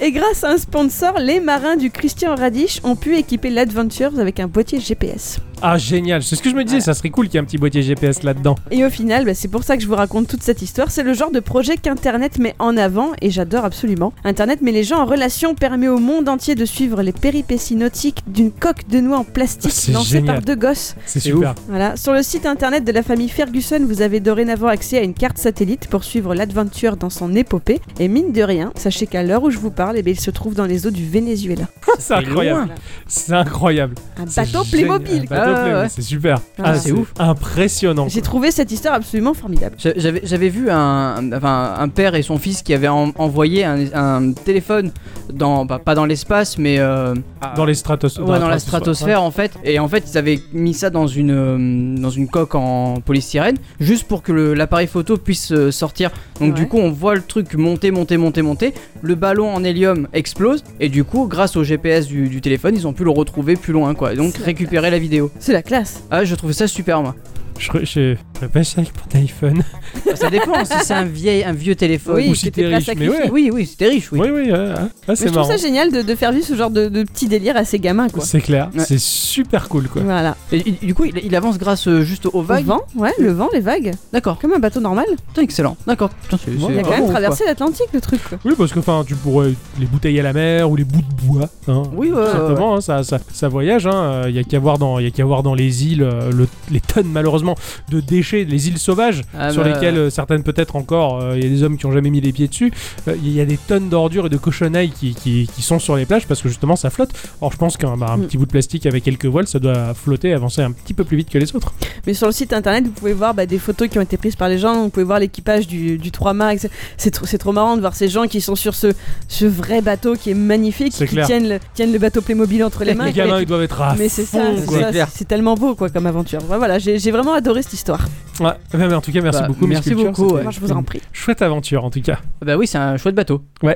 Et grâce à un sponsor, les marins du Christian Radish ont pu équiper l'Adventures avec un boîtier GPS.
Ah, génial. C'est ce que je me disais, ça serait cool qu'il y ait un petit boîtier GPS là-dedans.
Et au final, bah, c'est pour ça que je vous raconte toute cette histoire. C'est le genre de projet qu'Internet met en avant et j'adore absolument. Internet met les gens en relation, permet au monde entier de suivre les péripéties nautiques d'une coque de noix en plastique
C'est
lancée
génial.
par deux gosses.
C'est
C'est
super.
Voilà. Sur le site internet de la famille Ferguson, vous avez dorénavant accès à une carte satellite pour suivre l'aventure dans son épopée. Et mine de rien, sachez qu'à l'heure où je vous parle, eh bien, il se trouve dans les eaux du Venezuela.
C'est incroyable. C'est incroyable.
Un
C'est
bateau
génial.
Playmobil.
Un
quoi.
bateau
Ah,
Playmobil,
ouais.
C'est super.
Ah,
Ah,
c'est ouf.
Impressionnant.
J'ai trouvé cette histoire absolument formidable.
Je- J'avais j'avais vu un, enfin, un père et son fils qui avaient en- envoyé un, un téléphone dans, bah, pas dans l'espace, mais euh,
Dans les stratos.
ouais, dans la stratosphère en fait. Et en fait, ils avaient mis ça dans une, euh, dans une coque en polystyrène, juste pour que le- l'appareil photo puisse euh, sortir. Donc
Ouais.
du coup, on voit le truc monter, monter, monter, monter. Le ballon en hélium explose, et du coup, grâce au GPS du, du téléphone, ils ont pu le retrouver plus loin, quoi. Et donc
C'est la
récupérer la vidéo.
C'est la classe.
Ah, je trouve ça super, moi.
Je je- je ferais pas ça avec mon iPhone.
Bah, ça dépend si c'est un vieil, un vieux téléphone.
Oui,
Ou si
t'étais
t'es
prêt à
riche, mais
sacrifier.
ouais.
Oui, oui, c'était riche, oui.
Oui, oui, ouais, ouais. Ah,
Mais
c'est
je trouve
marrant.
ça génial de, de faire vivre ce genre de, de petit délire à ces gamins, quoi.
C'est clair,
Ouais.
c'est super cool quoi.
Voilà.
Et, du- du coup, il, il avance grâce euh, juste aux
Le
vagues.
vent, ouais, le vent, les vagues.
D'accord,
Comme un bateau normal.
putain, excellent. D'accord, putain, c'est.
Ouais.
c'est
Il a quand
vraiment
même
ouf,
traversé l'Atlantique, le truc, quoi.
Oui, parce que enfin, tu pourrais les bouteilles à la mer ou les bouts de bois. hein.
quoi. Oui, ouais,
Tout
ouais, ouais.
Simplement, hein, ça, ça, ça voyage. Il y a qu'à voir dans, y a qu'à voir dans les îles euh, le- les tonnes malheureusement de déchets, les îles sauvages
Ah,
sur
bah,
lesquelles euh, certaines peut-être encore. Il y a des hommes qui ont jamais mis les pieds dessus. Il y a des tonnes d'ordures et de cochonnailles qui, qui, qui sont sur les plages parce que justement ça flotte. Or, je pense qu'un bah, un
Mm.
petit bout de plastique avec quelques voiles, ça doit flotter, et avancer un petit peu plus vite que les autres.
Mais sur le site internet, vous pouvez voir bah, des photos qui ont été prises par les gens. Vous pouvez voir l'équipage du, du 3 mâts. etc. C'est trop, c'est trop marrant de voir ces gens qui sont sur ce, ce vrai bateau qui est magnifique,
C'est
qui
clair.
tiennent le, tiennent le bateau Playmobil entre les mains.
les gamins, ils doivent être à
mais c'est ça,
fond,
c'est
quoi.
ça,
clair.
c'est- c'est tellement beau quoi comme aventure. Bah, voilà, j'ai j'ai vraiment adoré cette histoire.
Ouais. Bah, mais en tout cas, merci
Bah,
beaucoup. Miss
merci
Culture,
beaucoup,
c'était
ouais.
Moi, je vous en
une
prie.
Chouette aventure en tout cas.
Bah oui, c'est un chouette bateau.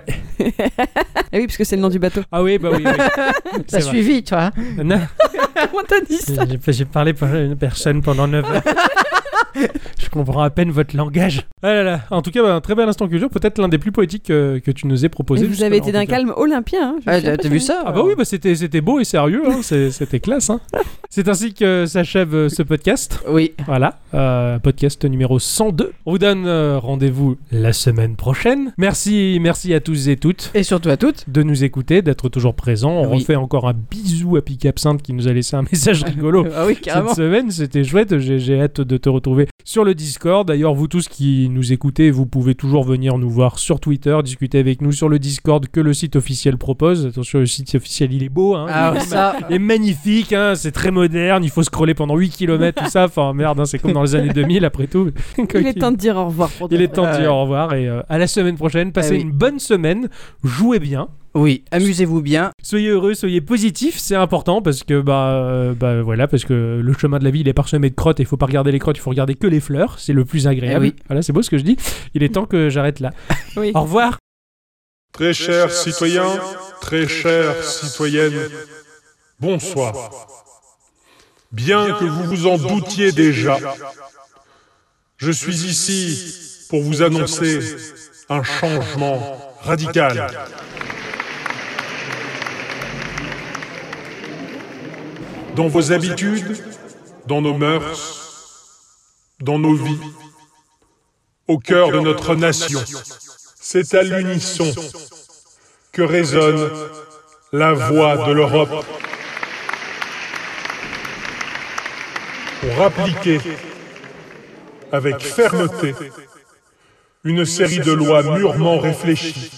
Ah oui, parce que c'est le nom du bateau.
Ah oui, bah oui. oui.
T'as
C'est vrai.
suivi, toi. hein
Non,
Comment t'as dit ça
j'ai- j'ai parlé par une personne pendant 9 heures. Je comprends à peine votre langage. Ah là là. En tout cas, bah, un très bel instant culture, peut-être l'un des plus poétiques euh, que tu nous aies proposé.
Vous
jusque-là,
avez
en
été d'un
tout cas.
calme olympien. hein, je
Ah,
suis
t'as t'as vu
impressionnée.
ça
Ah bah oui, bah c'était c'était beau et sérieux, hein, c'est- c'était classe. hein. C'est ainsi que s'achève euh, ce podcast.
Oui.
Voilà, euh, podcast numéro 102. On vous donne euh, rendez-vous la semaine prochaine. Merci, merci à tous et toutes
Et surtout à toutes.
de nous écouter, d'être toujours présents. On
Oui.
refait encore un bisou à Pic Absinthe qui nous a laissé un message rigolo.
Ah oui,
Cette
carrément.
semaine, c'était chouette. J'ai j'ai hâte de te retrouver sur le Discord. D'ailleurs, vous tous qui nous écoutez, vous pouvez toujours venir nous voir sur Twitter, discuter avec nous sur le Discord que le site officiel propose. Attention, le site officiel, il est beau. Hein,
Ah ouais, ça.
il est magnifique, hein, c'est très moderne, il faut scroller pendant 8 km, tout ça. Enfin, merde, hein, c'est comme dans les années 2000 après tout.
Il est temps de dire au revoir pour de
Il est
vrai.
temps de dire
Ah
au revoir et euh, à la semaine prochaine. Passez
oui.
une bonne semaine, jouez bien,
Oui, amusez-vous bien.
soyez heureux, soyez positif, c'est important parce que bah, euh, bah, voilà parce que le chemin de la vie il est parsemé de crottes et il faut pas regarder les crottes, il faut regarder que les fleurs, c'est le plus agréable.
Eh oui.
Voilà, c'est beau ce que je dis. Il est temps que j'arrête là.
Oui.
Au revoir.
Très chers citoyens, très chères citoyennes, bonsoir. Bien que vous vous en doutiez déjà, je suis ici pour vous annoncer un changement radical. Dans vos habitudes, dans nos mœurs, dans nos vies, au cœur de notre nation. C'est à l'unisson que résonne la voix de l'Europe. Pour appliquer avec fermeté une série de lois mûrement réfléchies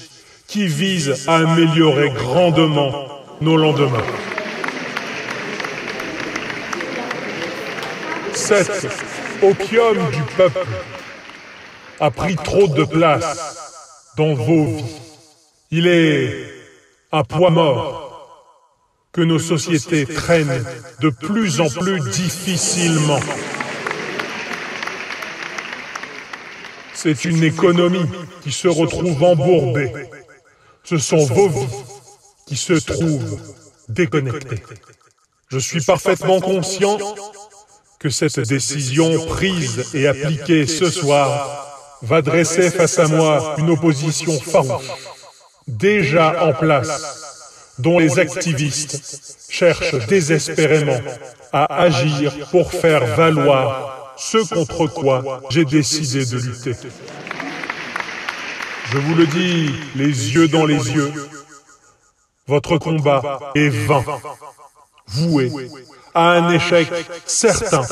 qui visent à améliorer grandement nos lendemains. Cet opium du peuple a pris trop de place dans vos vies. Il est un poids mort que nos sociétés traînent de plus en plus difficilement. C'est une économie qui se retrouve embourbée. Ce sont vos vies qui se trouvent déconnectées. Je suis parfaitement conscient que cette décision prise et appliquée ce soir va dresser face à moi une opposition farouche, déjà en place, dont les activistes cherchent désespérément à agir pour faire valoir ce contre quoi j'ai décidé de lutter. Je vous le dis, les yeux dans les yeux, votre combat est vain, voué à un échec certain.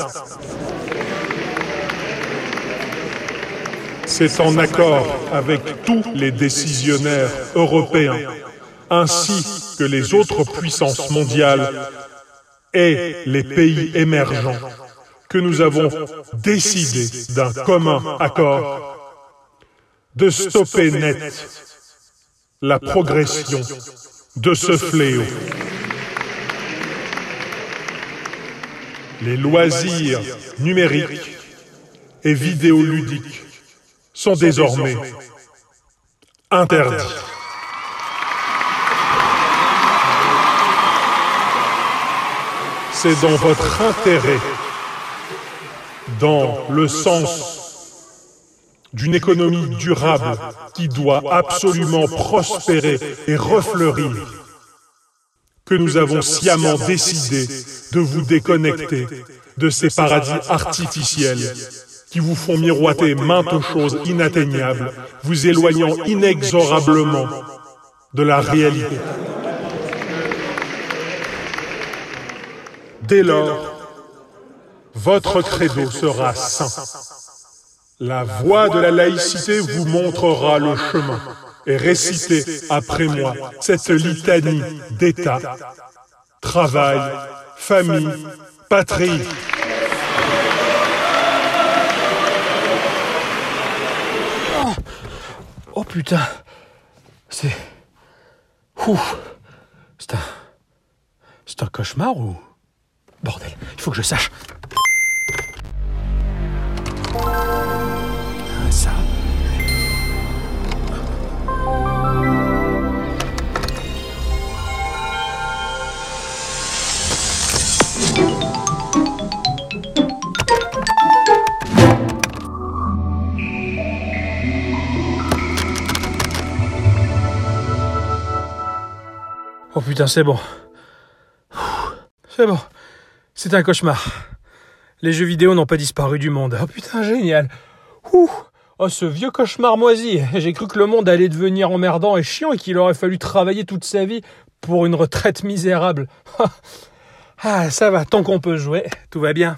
C'est en accord avec tous les décisionnaires européens, ainsi que les autres puissances mondiales et les pays émergents, que nous avons décidé d'un commun accord de stopper net la progression de ce fléau. Les loisirs numériques et vidéoludiques sont désormais interdits. C'est dans votre intérêt, dans le sens d'une économie durable qui doit absolument prospérer et refleurir, que nous avons sciemment décidé de vous déconnecter de ces paradis artificiels qui vous font miroiter maintes choses inatteignables, vous éloignant inexorablement de la réalité. Dès lors, votre credo sera saint. La voie de la laïcité vous montrera le chemin. Et récitez après moi cette litanie d'État, travail, famille, patrie.
Oh putain C'est. Ouf C'est un. C'est un cauchemar ou. Bordel, il faut que je sache. Ah, Ça.
Oh putain, c'est bon. Ouh, C'est bon. C'est un cauchemar. Les jeux vidéo n'ont pas disparu du monde. Oh putain, génial. Ouh. Oh, ce vieux cauchemar moisi. J'ai cru que le monde allait devenir emmerdant et chiant et qu'il aurait fallu travailler toute sa vie pour une retraite misérable. Ah, ça va, tant qu'on peut jouer, tout va bien.